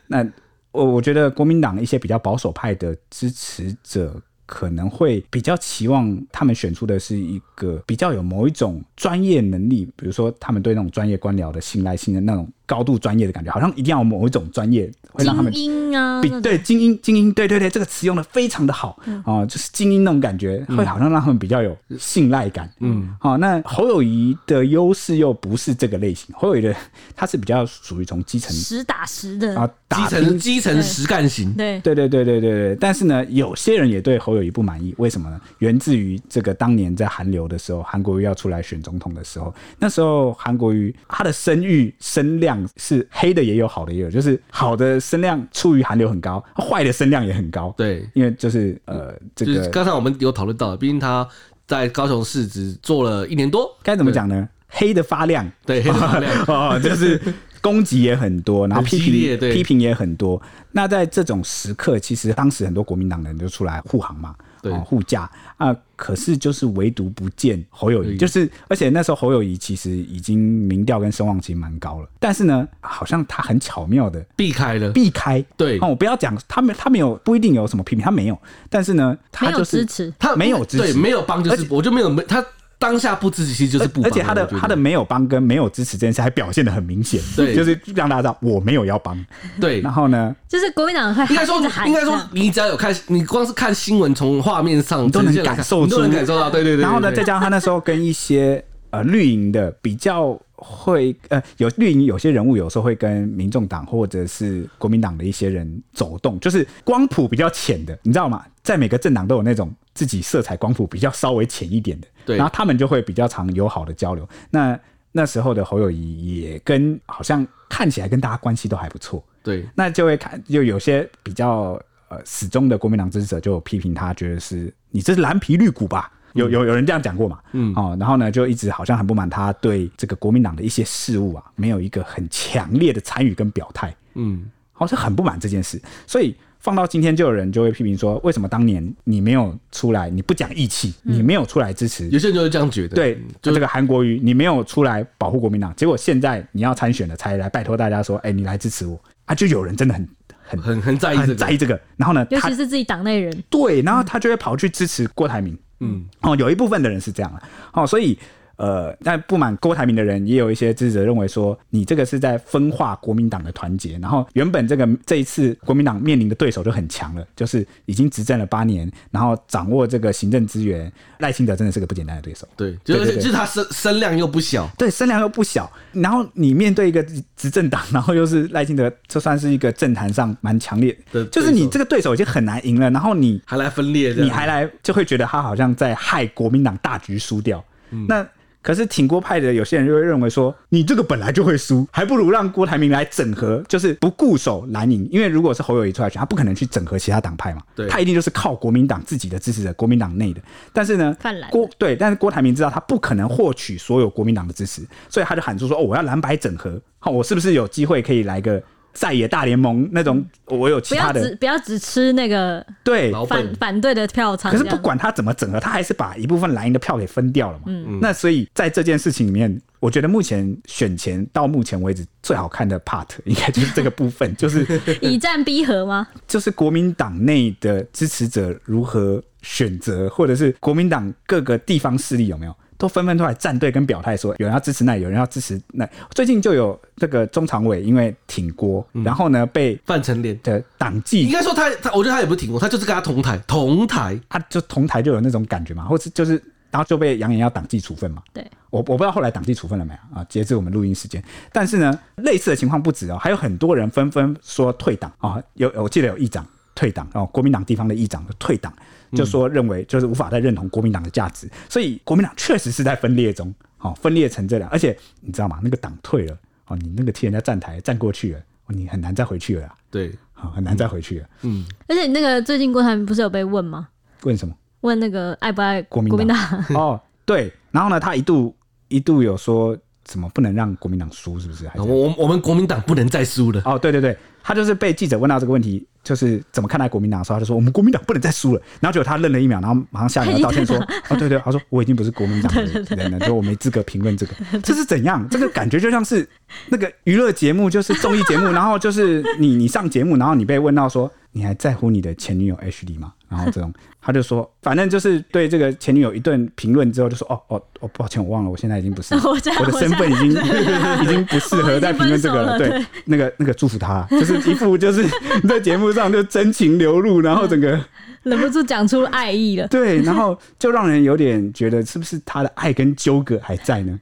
那我我觉得国民党一些比较保守派的支持者。可能会比较期望他们选出的是一个比较有某一种专业能力，比如说他们对那种专业官僚的信赖性的那种高度专业的感觉，好像一定要有某一种专业会让他们精英啊，比那种嗯对精英精英，对对对，这个词用的非常的好啊、哦就是精英那种感觉，会好像让他们比较有信赖感。嗯，好、那侯友谊的优势又不是这个类型，侯友谊的他是比较属于从基层实打实的，啊基打层拼。基层实干型，对，对对对对对对，但是呢，有些人也对侯友谊不满意，为什么呢？源自于这个当年在韩流的时候，韩国瑜要出来选总统的时候，那时候韩国瑜他的声誉声量是黑的也有，好的也有，就是好的声量处于韩流很高，坏的声量也很高。对，因为就是呃，这嗯就是个刚才我们有讨论到，毕竟他在高雄市只做了一年多，该怎么讲呢？黑的发亮对，[laughs] [laughs] 黑发亮，哦，就是攻击也很多，然后很批激烈评对批评也很多。那在这种时刻，其实当时很多国民党人就出来护航嘛，对哦护驾啊。可是就是唯独不见侯友对谊，就是而且那时候侯友谊其实已经民调跟声望其实蛮高了，但是呢，好像他很巧妙的避开了，避开。对哦，，我不要讲他没他没有不一定有什么批评，他没有，但是呢，他没有就是支持，他没有支对，持没有帮就而是，我就没有没他当下不支持，其实就是不帮而了，且他的我觉得他的没有帮跟没有支持这件事还表现的很明显，对就是让大家知道我没有要帮。对然。后呢，就是国民党会应该说一直，喊应该这说样，你只要有看，你光是看新闻，从画面上你都能呈现来看感受你都能出感受到，对对对对。然后呢，对再加上他那时候跟一些呃绿营的比较会呃有绿营有些人物有时候会跟民众党或者是国民党的一些人走动，就是光谱比较浅的，你知道吗？在每个政党都有那种自己色彩光谱比较稍微浅一点的，对然后他们就会比较常友好的交流。那那时候的侯友谊也跟好像看起来跟大家关系都还不错，对那就会看，就有些比较呃死忠的国民党支持者就有批评他，觉得是你这是蓝皮绿骨吧？有有有人这样讲过嘛？嗯，哦，然后呢，就一直好像很不满他对这个国民党的一些事务啊，没有一个很强烈的参与跟表态，嗯，好像很不满这件事，所以。放到今天，就有人就会批评说，为什么当年你没有出来，你不讲义气，你没有出来支持，有些人就是这样觉得，对，就就这个韩国瑜，你没有出来保护国民党，结果现在你要参选了，才来拜托大家说，哎、你来支持我啊！就有人真的很很很很在意这很个在，意这个，然后呢，尤他其是自己党内人，对，然后他就会跑去支持郭台铭，嗯，哦，有一部分的人是这样了，哦，所以。呃，但不满郭台铭的人，也有一些支持者认为说，你这个是在分化国民党的团结。然后原本这个这一次国民党面临的对手就很强了，就是已经执政了八年，然后掌握这个行政资源，赖清德真的是个不简单的对手。对，就是对对对就是他声声量又不小，对，声量又不小，然后你面对一个执执政党，然后又是赖清德，这算是一个政坛上蛮强烈的就对是手你这个对手已经很难赢了，然后你还来分裂这样，你还来，就会觉得他好像在害国民党大局输掉。嗯那可是挺郭派的有些人就会认为说，你这个本来就会输，还不如让郭台铭来整合，就是不固守蓝营，因为如果是侯友谊出来选，他不可能去整合其他党派嘛对，他一定就是靠国民党自己的支持者，国民党内的。但是呢泛蓝，郭对，但是郭台铭知道他不可能获取所有国民党的支持，所以他就喊出说，哦，我要蓝白整合，好，我是不是有机会可以来个？在野大联盟那种，我有不其他要的只不要只吃那个对老反本反对的票仓可这是样，不管他怎么整合，他还是把一部分蓝营的票给分掉了嘛。嗯那所以在这件事情里面，我觉得目前选前到目前为止最好看的 part 应该就是这个 [laughs] 部分，就是以战逼和吗？就是国民党内的支持者如何选择，或者是国民党各个地方势力有没有都纷纷出来站队跟表态说，有人要支持那，有人要支持那。最近就有这个中常委因为挺郭，然后呢被范成莲。的党应纪，该说他他，我觉得他也不挺过，他就是跟他同台同台。他就同台就有那种感觉嘛，或是就是然后就被扬言要党纪处分嘛。对，我我不知道后来党纪处分了没有啊？截至我们录音时间，但是呢，类似的情况不止哦，还有很多人纷纷说退党啊、有我记得有议长退党哦，国民党地方的议长退党，就说认为就是无法再认同国民党的价值，所以国民党确实是在分裂中，哦，分裂成这样，而且你知道吗？那个党退了哦，你那个替人家站台站过去了，哦你很难再回去了啦，对，哦很难再回去了。嗯，而且那个最近郭台铭不是有被问吗？问什么？问那个爱不爱国民党国民党？ [laughs] 哦，对，然后呢，他一度一度有说什么不能让国民党输，是不是？还啊我是我我们国民党不能再输了。哦，对对对，他就是被记者问到这个问题，就是怎么看待国民党的时候，他就说我们国民党不能再输了。然后结果他愣了一秒，然后马上下一秒道歉说，哦对对，他说我已经不是国民党的人了，说我没资格评论这个，这是怎样？这个感觉就像是那个娱乐节目，就是综艺节目，然后就是你你上节目，然后你被问到说你还在乎你的前女友 H D 吗？然后这种他就说，反正就是对这个前女友一顿评论之后，就说哦哦哦，抱歉，我忘了，我现在已经不是我现在 [laughs] 我的身份已经 [laughs] 已经不适合再评论这个我了。已经分手了对，那个那个祝福他， [laughs] 就是一副就是你在节目上就真情流露，然后整个忍不住讲出爱意了。 [laughs] 对，然后就让人有点觉得是不是他的爱跟纠葛还在呢？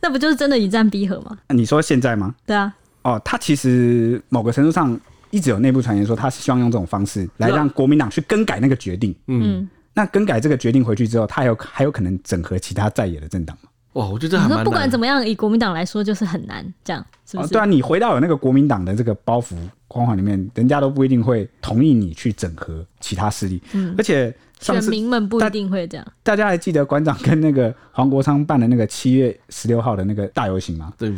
那不就是真的以战逼和吗？你说现在吗？对啊，哦，他其实某个程度上一直有内部传言说，他是希望用这种方式来让国民党去更改那个决定。嗯，那更改这个决定回去之后，他还有还有可能整合其他在野的政党吗？哇，我觉得这还你蛮说难。不管怎么样，以国民党来说就是很难，这样是不哦，是？对啊，你回到有那个国民党的这个包袱光环里面，人家都不一定会同意你去整合其他势力，而且上选次民们不但一定会这样。大家还记得馆长跟那个黄国昌办的那个七月十六号的那个大游行吗？对，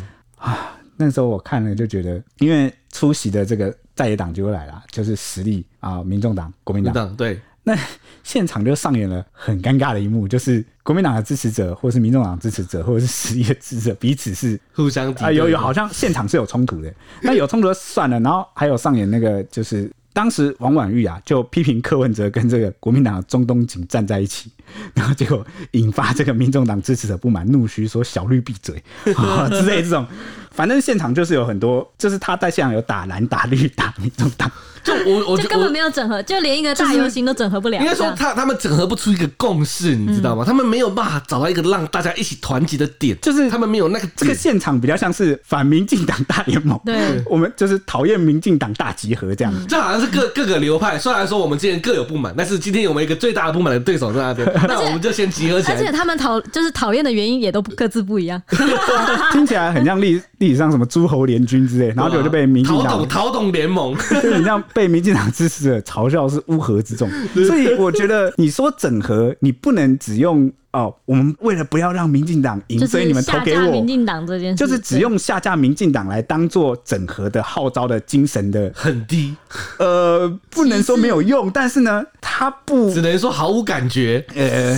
那时候我看了就觉得，因为出席的这个在野党就来了，就是实力啊、民众党、国民国民党，党对，那 [laughs] 现场就上演了很尴尬的一幕，就是国民党的支持者，或是民众党的支持者，或者是实力的支持者，彼此是互相敌啊、有对有，好像现场是有冲突的。那有冲突就算了，然后还有上演那个，就是当时王婉玉啊，就批评柯文哲跟这个国民党的中东锦站在一起， [laughs] 然后结果引发这个民众党支持者不满，怒嘘说“小绿闭嘴” [laughs] 啊、之类这种。反正现场就是有很多，就是他在现场有打蓝、打绿、打民众党，就我我就觉根我本没有整合，就连一个大游行都整合不了。应该这说样他他们整合不出一个共识，你知道吗？他们没有办法找到一个让大家一起团结的点，嗯就是他们没有那个这个点。现场比较像是反民进党大联盟。对，我们就是讨厌民进党大集合这样子。这好像是各各个流派，虽然说我们之前各有不满，但是今天有没有一个最大的不满的对手在那边？ [laughs] 那我们就先集合啊起而且来。他们讨就是讨厌的原因也都不各自不一样。听起来很像历历史上什么诸侯联军之类，然后结果就被民进陶党董陶董联盟，就很像被民进党支持者嘲笑是乌合之众，所以我觉得你说整合，你不能只用哦，我们为了不要让民进党 [laughs] 赢，就所以是你们投下给架民我，进党这件事，就是只对用下架民进党来当做整合的号召的精神的，很低，呃，不能说没有用，但是呢，它不只能说毫无感觉。呃，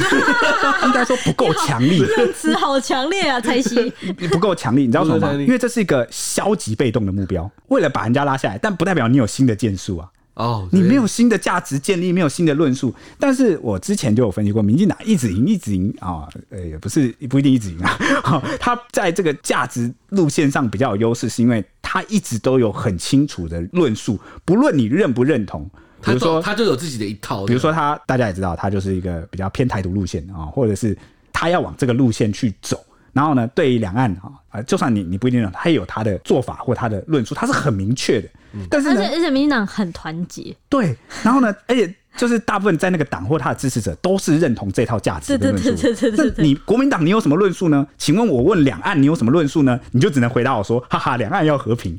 应该说不够强力。用 [laughs] 词好强烈啊，蔡 [laughs] 西。不够强力，你知道为什么不够吗？强力因为这是一个消极被动的目标，为了把人家拉下来，但不代表你有新的建树啊。哦，你对没有新的价值建立，没有新的论述。但是我之前就有分析过，民进党一直赢，一直赢啊、呃，也不是不一定一直赢啊、 [laughs] 哦。他在这个价值路线上比较有优势，是因为他一直都有很清楚的论述，不论你认不认同。比他如就说，他就有自己的一套，比如说他，大家也知道，他就是一个比较偏台独路线啊、或者是他要往这个路线去走。然后呢，对于两岸啊，啊，就算你你不一定认同，他也有他的做法或他的论述，他是很明确的。嗯但是而呢且，而且民进党很团结，对，然后呢， [laughs] 而且就是大部分在那个党或他的支持者都是认同这套价值的论述。对对对对对对那你国民党你有什么论述呢？请问我问两岸你有什么论述呢？你就只能回答我说，哈哈，两岸要和平。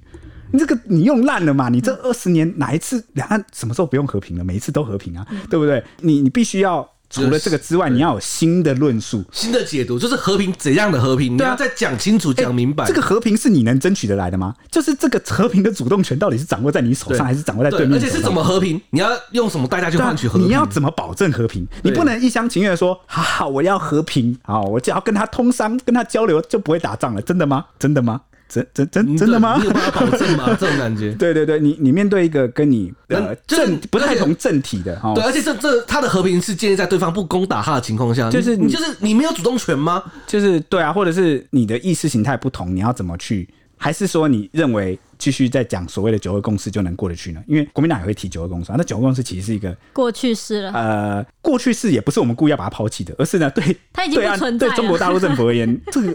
你这个你用烂了嘛？嗯你这二十年哪一次两岸什么时候不用和平了？每一次都和平啊，对不对？你你必须要除了这个之外，你要有新的论述。新的解读，就是和平怎样的和平，你对啊要再讲清楚、哎讲明白。这个和平是你能争取得来的吗？就是这个和平的主动权到底是掌握在你手对上，还是掌握在对，面而手且上？是怎么和平？你要用什么代价去对啊换取和平？你要怎么保证和平？你对不能一厢情愿地说，哈哈，我要和平，好，我只要跟他通商，跟他交流就不会打仗了，真的吗？真的吗？真真真你真的吗嗯你？有办法保证吗？这种感 [laughs] 觉。对对对，你你面对一个跟你呃嗯就是正不太同政体的哦哈对，，而啊且这这他的和平是建立在对方不攻打他的情况下，就是你你你就是你没有主动权吗？就是对啊，或者是你的意识形态不同，你要怎么去？还是说你认为继续在讲所谓的九二共识就能过得去呢？因为国民党也会提九二共识啊，那九二共识其实是一个过去式了，呃过去式，也不是我们故意要把它抛弃的，而是呢对 [laughs] 它已经对不岸存在对了。中国大陆政府而 [laughs] 言，这个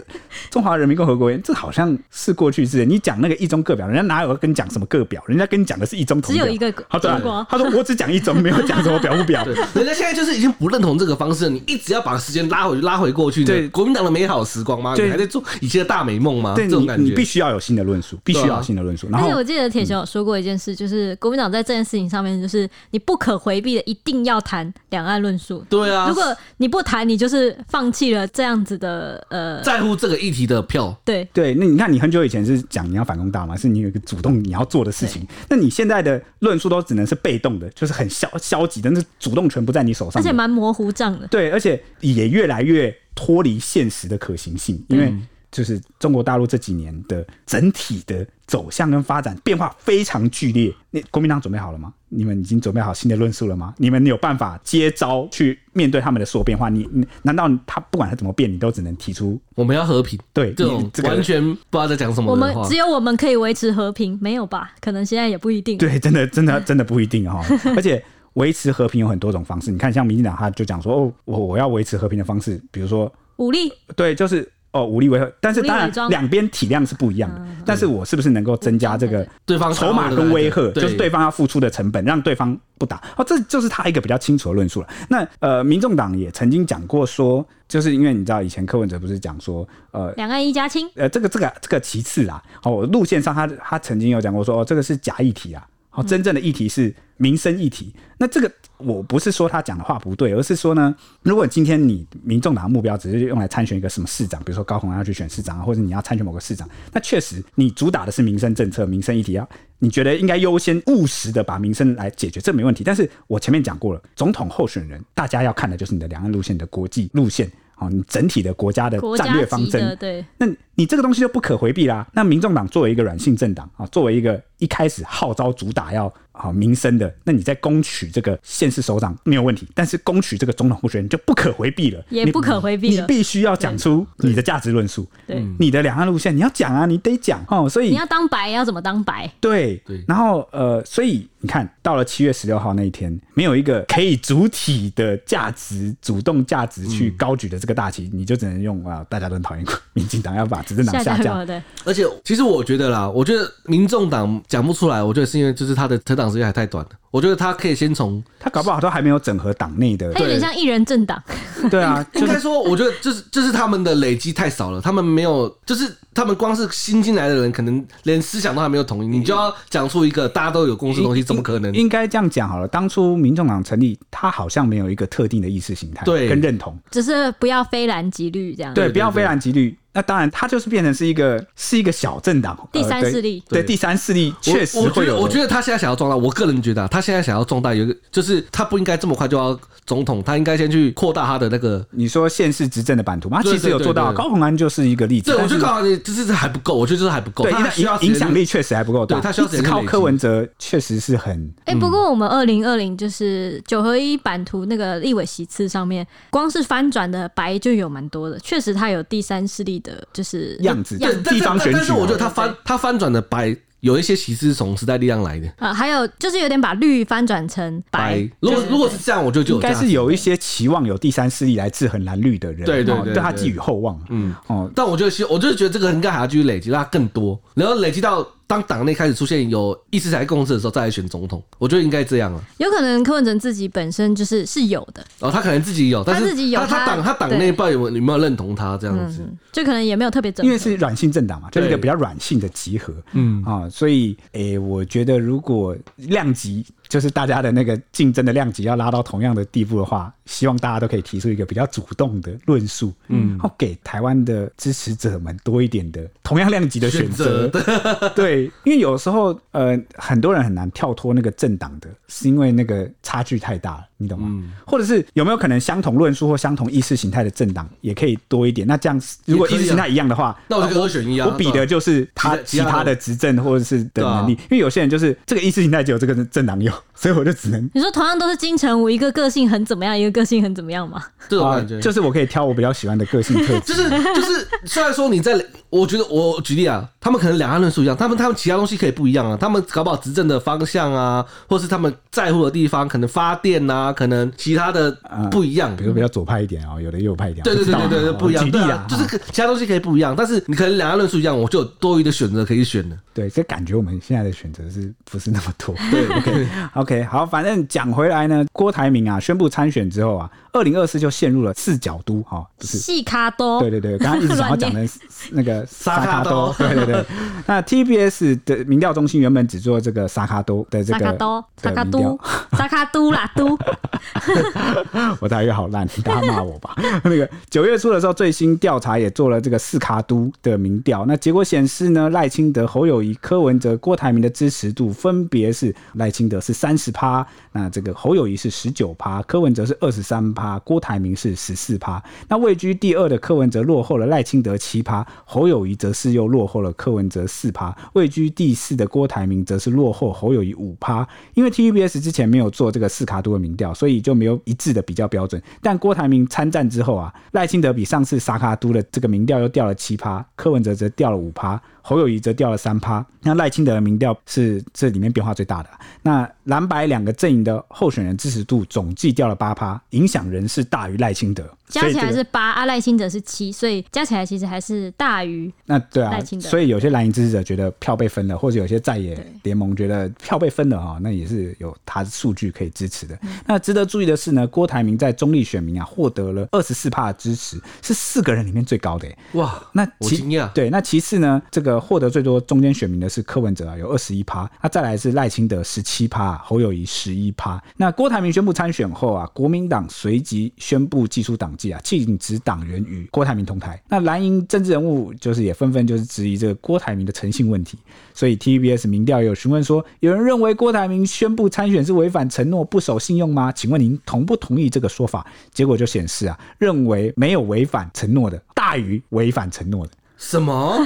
中华人民共和国而言，这好像是过去式。你讲那个一中各表，人家哪有跟你讲什么各表？人家跟你讲的是一中同只有表。一个好的、中国他说我只讲一中，没有讲什么表 [laughs] 不表。对，人家现在就是已经不认同这个方式了，你一直要把时间拉回拉回过去，对对国民党的美好时光吗？对你还在做以前的大美梦吗？对这种，你感你觉必须要有新的论述，必须对啊要有新的论述。然而且后我记得铁雄有说过一件事，就是国民党在这件事情上面，就是你不可回避的，一定要谈两岸论述。对啊，如果你不谈，你就是放弃了这样子的呃，在乎这个议题的票，对，对，那你看，你很久以前是讲你要反攻大嘛，是你有一个主动你要做的事情。那你现在的论述都只能是被动的，就是很消消极的，那主动权不在你手上而的。且蛮模糊账的。对，而且也越来越脱离现实的可行性，因为就是中国大陆这几年的整体的走向跟发展变化非常剧烈。你国民党准备好了吗？你们已经准备好新的论述了吗？你们有办法接招去面对他们的所有变化？你你难道他不管他怎么变，你都只能提出我们要和平，对这种你嗯这个完全不知道在讲什我么们的话只。有我们可以维持和平，没有吧？可能现在也不一定。对，真的，真的，真的不一定哈、哦。而且维持和平有很多种方式，你看，像民进党他就讲说，哦，我我要维持和平的方式，比如说，武力对，就是哦，武力维和，但是武力当然伪装嗯两边体量是不一样的。但是我是不是能够增加这武个装对方筹码跟威吓，对就是对方要付出的成本，让对方不打。哦，这就是他一个比较清楚的论述了。那呃，民众党也曾经讲过说，就是因为你知道以前柯文哲不是讲说，呃，两岸一家亲，呃，这个这个这个其次啦。哦，路线上他他曾经有讲过说，哦，这个是假议题啊。嗯哦，真正的议题是民生议题。那这个我不是说他讲的话不对，而是说呢，如果今天你民众党的目标只是用来参选一个什么市长，比如说高虹安要去选市长啊，或者你要参选某个市长，那确实你主打的是民生政策、民生议题啊，你觉得应该优先务实的把民生来解决，这没问题。但是我前面讲过了，总统候选人大家要看的就是你的两岸路线、你的国际路线。哦，你整体的国家的国呃战家略方级针的，对，那你这个东西就不可回避啦。那民众党作为一个软性政党啊，作为一个一开始号召主打要啊民生的，那你在攻取这个县市首长没有问题，但是攻取这个总统候选人就不可回避了，也你不可回避你了必须要讲出你的价值论述，对，你的两岸路线你要讲啊，你得讲哦。所以你要当白要怎么当白？对，对然后呃，所以你看到了七月十六号那一天，没有一个可以主体的价值、主动价值去高举的这个大旗，你就只能用啊，大家都很讨厌民进党，要把执政党下架。对，而且其实我觉得啦，我觉得民众党讲不出来，我觉得是因为就是他的成长时间还太短了。我觉得他可以先从他搞不好都还没有整合党内的它，有点像一人政党，对啊，应就是该说，我觉得就是就是他们的累积太少了，他们没有，就是他们光是新进来的人，可能连思想都还没有统一，你就要讲出一个大家都有共识的东西，怎么可能？应该这样讲好了。当初民众党成立，他好像没有一个特定的意识形态对跟认同，只是不要非蓝即绿这样。对，对不要对非蓝即绿。那当然，他就是变成是一个是一个小政党，呃第三对势力对对第三势力我确实我觉会得，有。我觉得他现在想要壮大，我个人觉得、啊、他现在想要壮大，有一个就是他不应该这么快就要总统，他应该先去扩大他的那个。你说县市执政的版图吗？他对其实有做到，对对对高虹安就是一个例子。对，我但是就告诉你，就是还不够，我觉得就是还不够，对他还需要影时间影响力确实还不够大，对他需要你时只间去靠累积柯文哲确实是很哎、不过我们二零二零就是九合一版图那个立委席次上面，光是翻转的白就有蛮多的，确实它有第三势力的，就是样子对，但地方选举但是我觉得他对翻他翻转的白有一些其实是从时代力量来的呃，还有就是有点把绿翻转成白，如果如果是这样，我就就应有该价值是有一些期望有第三势力来制衡蓝绿的人，对对哦对对他对寄予厚望。嗯，哦，但我觉得，其实我就是觉得这个应该还要继续累积，让它更多，然后累积到当党内开始出现有意识才共识的时候，再来选总统。我觉得应该这样了。有可能柯文哲自己本身就是是有的，哦，他可能自己有，但是他自己有他他嗯他党他党内不知道有没有有没有认同他这样子。就可能也没有特别整因为是软性政党嘛，就是一个对比较软性的集合。嗯啊，所以诶，我觉得如果量级就是大家的那个竞争的量级要拉到同样的地步的话，希望大家都可以提出一个比较主动的论述，嗯，然后给台湾的支持者们多一点的同样量级的选择选， [laughs] 对，因为有时候呃，很多人很难跳脱那个政党的，是因为那个差距太大了，你懂吗？嗯或者是有没有可能相同论述或相同意识形态的政党也可以多一点？那这样如果也可以意啊识形态一样的话，那我就跟二选一啊。我比的就是他其其他啊他的执政或者是的能力，因为有些人就是这个意识形态只有这个政党有， [laughs] 所以我就只能你说同样都是金城武，一个个性很怎么样，一个个性很怎么样嘛？这种啊感觉，，就是我可以挑我比较喜欢的个性特 [laughs] 质。就是就是，虽然说你在，我觉得我举例啊，他们可能两岸论述一样，他们他们其他东西可以不一样啊，他们搞不好执政的方向啊，或是他们在乎的地方，可能发电啊，可能其他的不一样。比如比较左派一点啊、有的右派一点、对对对对对对，我不一样，举例对啦啊，，就是可其他东西可以不一样，但是你可能两岸论述一样，我就有多余的选择可以选了。对，这感觉我们现在的选择是不是那么多？对，OK OK，好，反正讲回来呢，郭台铭啊宣布参选之后啊，二零二四就陷入了四角都哈、不是细卡多，对对对，刚刚一直想要讲的是那个沙沙卡卡多多，对对对。那 TBS 的民调中心原本只做这个沙卡多的这萨个卡多，萨卡的民都，萨卡都啦 [laughs] 都，调， [laughs] 我大约好烂，大家骂我吧。 [laughs] 那个九月初的时候，最新调查也做了这个四卡都的民调，那结果显示呢，赖清德、侯友谊、柯文哲、郭台铭的支持度分别是赖清德是三十趴，那这个侯友谊是十九趴，柯文哲是二十三趴，郭台铭是十四趴。那位居第二的柯文哲落后了赖清德七趴，侯友谊则是又落后了柯文哲四趴，位居第四的郭台铭则是落后侯友谊五趴。因为 TVBS 之前没有做这个四卡度的民调，所以就没有一致的比较标准。但郭台铭参战之后啊，赖清德比上次萨卡都的这个民调又掉了七趴，柯文哲则掉了五趴，侯友谊则掉了三趴。那赖清德的民调是这里面变化最大的。啊那蓝白两个阵营的候选人支持度总计掉了八趴，影响人是大于赖清德，加起所以来这个是八，阿赖清德是七，所以加起来其实还是大于那对啊赖，清德所以有些蓝营支持者觉得票被分了，或者有些在野联盟觉得票被分了啊、那也是有他数据可以支持的。那值得注意的是呢，郭台铭在中立选民啊获得了二十四的支持，是四个人里面最高的耶。哇，那我其惊讶对，那其次呢，这个获得最多中间选民的是柯文哲啊，有二十一趴，那再来是赖清德十七趴，侯友谊十一趴。那郭台铭宣布参选后啊，国民党随即宣布技术党纪啊，禁止党员与郭台铭同台。那蓝营政治人物就是也纷纷就是质疑这个郭台铭的诚信问题，所以 TVBS 民调也有询问说，有人认为郭台铭宣布参选是违反承诺、不守信用吗？请问您同不同意这个说法？结果就显示啊，认为没有违反承诺的大于违反承诺的。什么？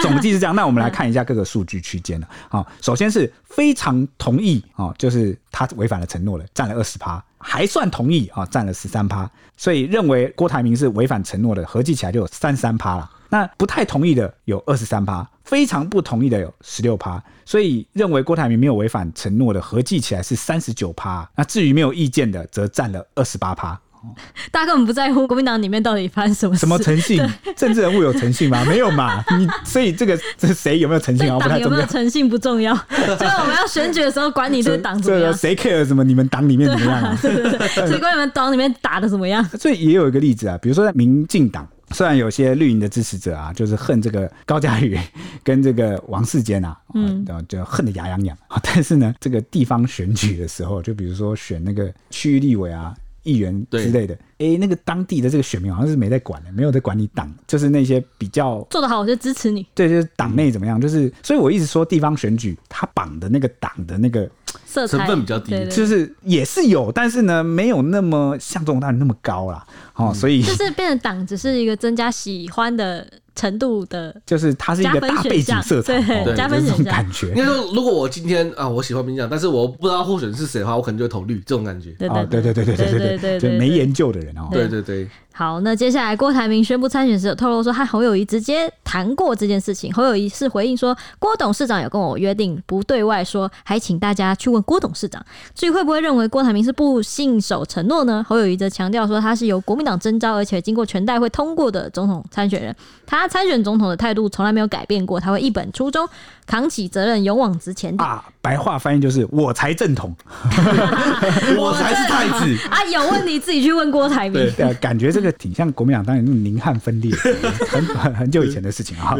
总计是这样。那我们来看一下各个数据区间了。好、首先是非常同意啊、哦就是他违反了承诺了，占了二十趴，还算同意啊、占了十三趴。所以认为郭台铭是违反承诺的，合计起来就有三三趴了。那不太同意的有二十三趴，非常不同意的有十六趴，所以认为郭台铭没有违反承诺的，合计起来是三十九趴。那至于没有意见的，则占了二十八趴。大家根本不在乎国民党里面到底发生什么事什么诚信？政治人物有诚信吗？没有嘛。你所以这个这谁有没有诚信对啊？不党太有重没要有。诚信不 [laughs] 重要，所以我们要选举的时候管你这个党怎么这个样，谁 care 什么？你们党里面怎么样、啊？谁管你们党里面打的怎么样。所以也有一个例子啊，比如说在民进党，虽然有些绿营的支持者啊，就是恨这个高嘉瑜跟这个王世坚啊，嗯，就恨得牙痒痒啊， [laughs] 但是呢，这个地方选举的时候，就比如说选那个区域立委啊。议员之类的，诶，那个当地的这个选民好像是没在管的，没有在管理党，就是那些比较做得好，我就支持你。对，就是党内怎么样，就是，所以我一直说地方选举，它绑的那个党的那个色彩成分比较低对对对就是也是有，但是呢，没有那么像这种大人那么高啦。哦，所以就是变成党只是一个增加喜欢的程度的， [laughs] 就是它是一加个分大背选景项色彩，对哦对加分就选项是这种感 [laughs] 应该觉。说，如果我今天啊，我喜欢民进党，但是我不知道候选人是谁的话，我可能就会投绿这种感觉。对哦，对对对对对对对对对就对没对研究的人哦，对对对，好，那接下来郭台铭宣布参选时有透露说和侯友谊直接谈过这件事情，侯友谊是回应说郭董事长有跟我约定不对外说，还请大家去问郭董事长。至于会不会认为郭台铭是不信守承诺呢？侯友谊则强调说他是由国民党征召，而且经过全代会通过的总统参选人，他参选总统的态度从来没有改变过，他会一本初衷，扛起责任，勇往直前的。啊，白话翻译就是我才正统，我才是太子。啊！有问题自己去问郭 [laughs] 台铭。对对啊，感觉这个挺像国民党当年那种宁汉分 [laughs] 裂，很很很久以前的事情啊。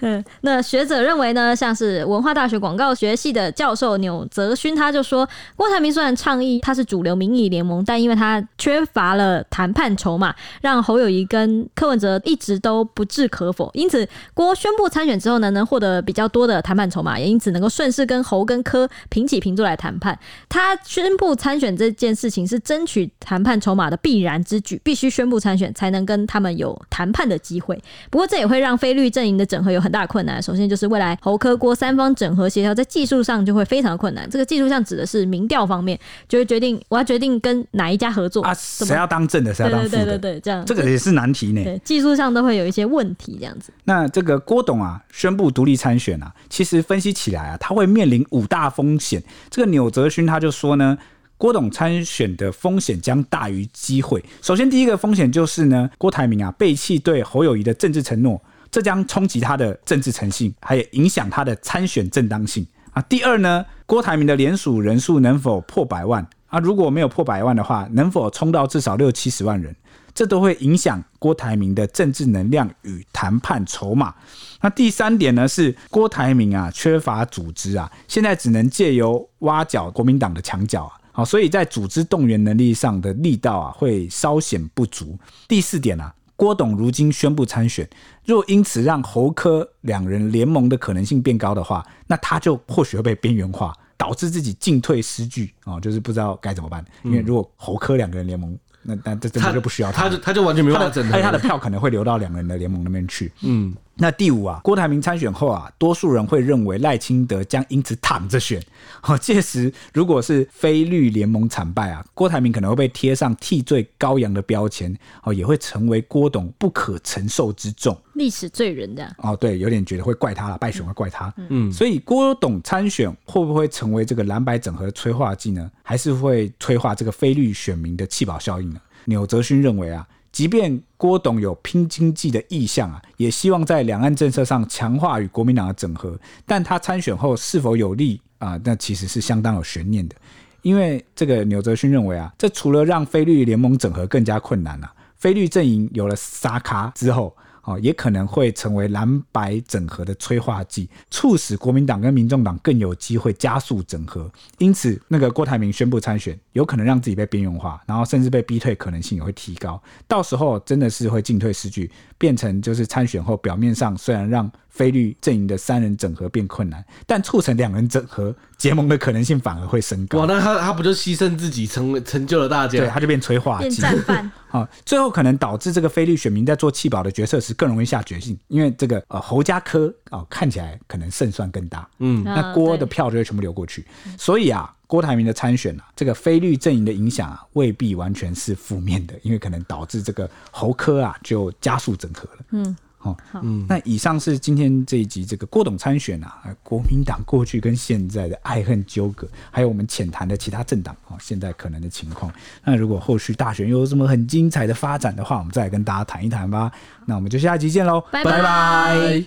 嗯，那学者认为呢，像是文化大学广告学系的教授钮泽勋，他就说，郭台铭虽然倡议他是主流民意联盟，但因为他缺乏了谈判筹码，让侯友谊跟柯文哲一直都不置可否。因此，郭宣布参选之后呢，能获得比较多的谈判筹码，也因此能够顺势跟侯跟柯平起平坐来谈判。他宣布参选这件事情是争取谈判筹码的必然之举，必须宣布参选才能跟他们有谈判的机会。不过这也会让非绿阵营的整合有很大困难。首先就是未来侯科郭三方整合协调在技术上就会非常困难。这个技术上指的是民调方面，就会决定我要决定跟哪一家合作啊，怎谁么要当正的，谁啊要对当对副对对的，对，这样这个也是难题呢。对技术上都会有一些问题，这样子。那这个郭董啊，宣布独立参选啊，其实分析起来啊，他会面临五大风险。这个钮泽勋他就说呢，郭董参选的风险将大于机会。首先，第一个风险就是呢，郭台铭啊背弃对侯友谊的政治承诺，这将冲击他的政治诚信，还有影响他的参选正当性啊。第二呢，郭台铭的联署人数能否破百万啊？如果没有破百万的话，能否冲到至少六七十万人？这都会影响郭台铭的政治能量与谈判筹码。那第三点呢，是郭台铭啊缺乏组织啊，现在只能借由挖角国民党的墙角啊。好，所以在组织动员能力上的力道啊，会稍显不足。第四点啊，郭董如今宣布参选，若因此让侯科两人联盟的可能性变高的话，那他就或许会被边缘化，导致自己进退失据啊、哦，就是不知道该怎么办。因为如果侯科两个人联盟，那那这真的就不需要 [laughs] 他他就他就完全没办他法的整合而且他的了。票可能会流到两人的联盟那边去。嗯，那第五啊，郭台铭参选后啊，多数人会认为赖清德将因此躺着选。 [laughs] 哦，届时如果是非绿联盟惨败啊，郭台铭可能会被贴上替罪羔羊的标签，哦，也会成为郭董不可承受之重。历史罪人这样，哦，对，有点觉得会怪他了，败选会怪他。嗯，所以郭董参选会不会成为这个蓝白整合的催化剂呢？还是会催化这个非绿选民的弃保效应呢？钮泽勋认为啊，即便郭董有拼经济的意向啊，也希望在两岸政策上强化与国民党的整合，但他参选后是否有利啊、那其实是相当有悬念的。因为这个钮泽勋认为啊，这除了让菲律联盟整合更加困难啊，菲律阵营有了沙卡之后。哦，也可能会成为蓝白整合的催化剂，促使国民党跟民众党更有机会加速整合。因此，那个郭台铭宣布参选，有可能让自己被边缘化，然后甚至被逼退可能性也会提高。到时候真的是会进退失据，变成就是参选后表面上虽然让菲律阵营的三人整合变困难，但促成两人整合结盟的可能性反而会升哇，高。那他他不就牺牲自己成为成就了大对，啊家？他就变催化变剂。 [laughs] 战犯。好、最后可能导致这个菲律选民在做弃保的决策时更容易下决心，因为这个呃侯家科啊、哦看起来可能胜算更大，嗯，那郭的啊票就会全部流过去，所以啊。郭台铭的参选啊，这个菲律阵营的影响啊，未必完全是负面的，因为可能导致这个侯科啊就加速整合了。嗯，好、好那以上是今天这一集这个郭董参选啊，呃国民党过去跟现在的爱恨纠葛，还有我们浅谈的其他政党哦，现在可能的情况。那如果后续大选又有什么很精彩的发展的话，我们再来跟大家谈一谈吧。那我们就下一集见喽，拜拜拜拜。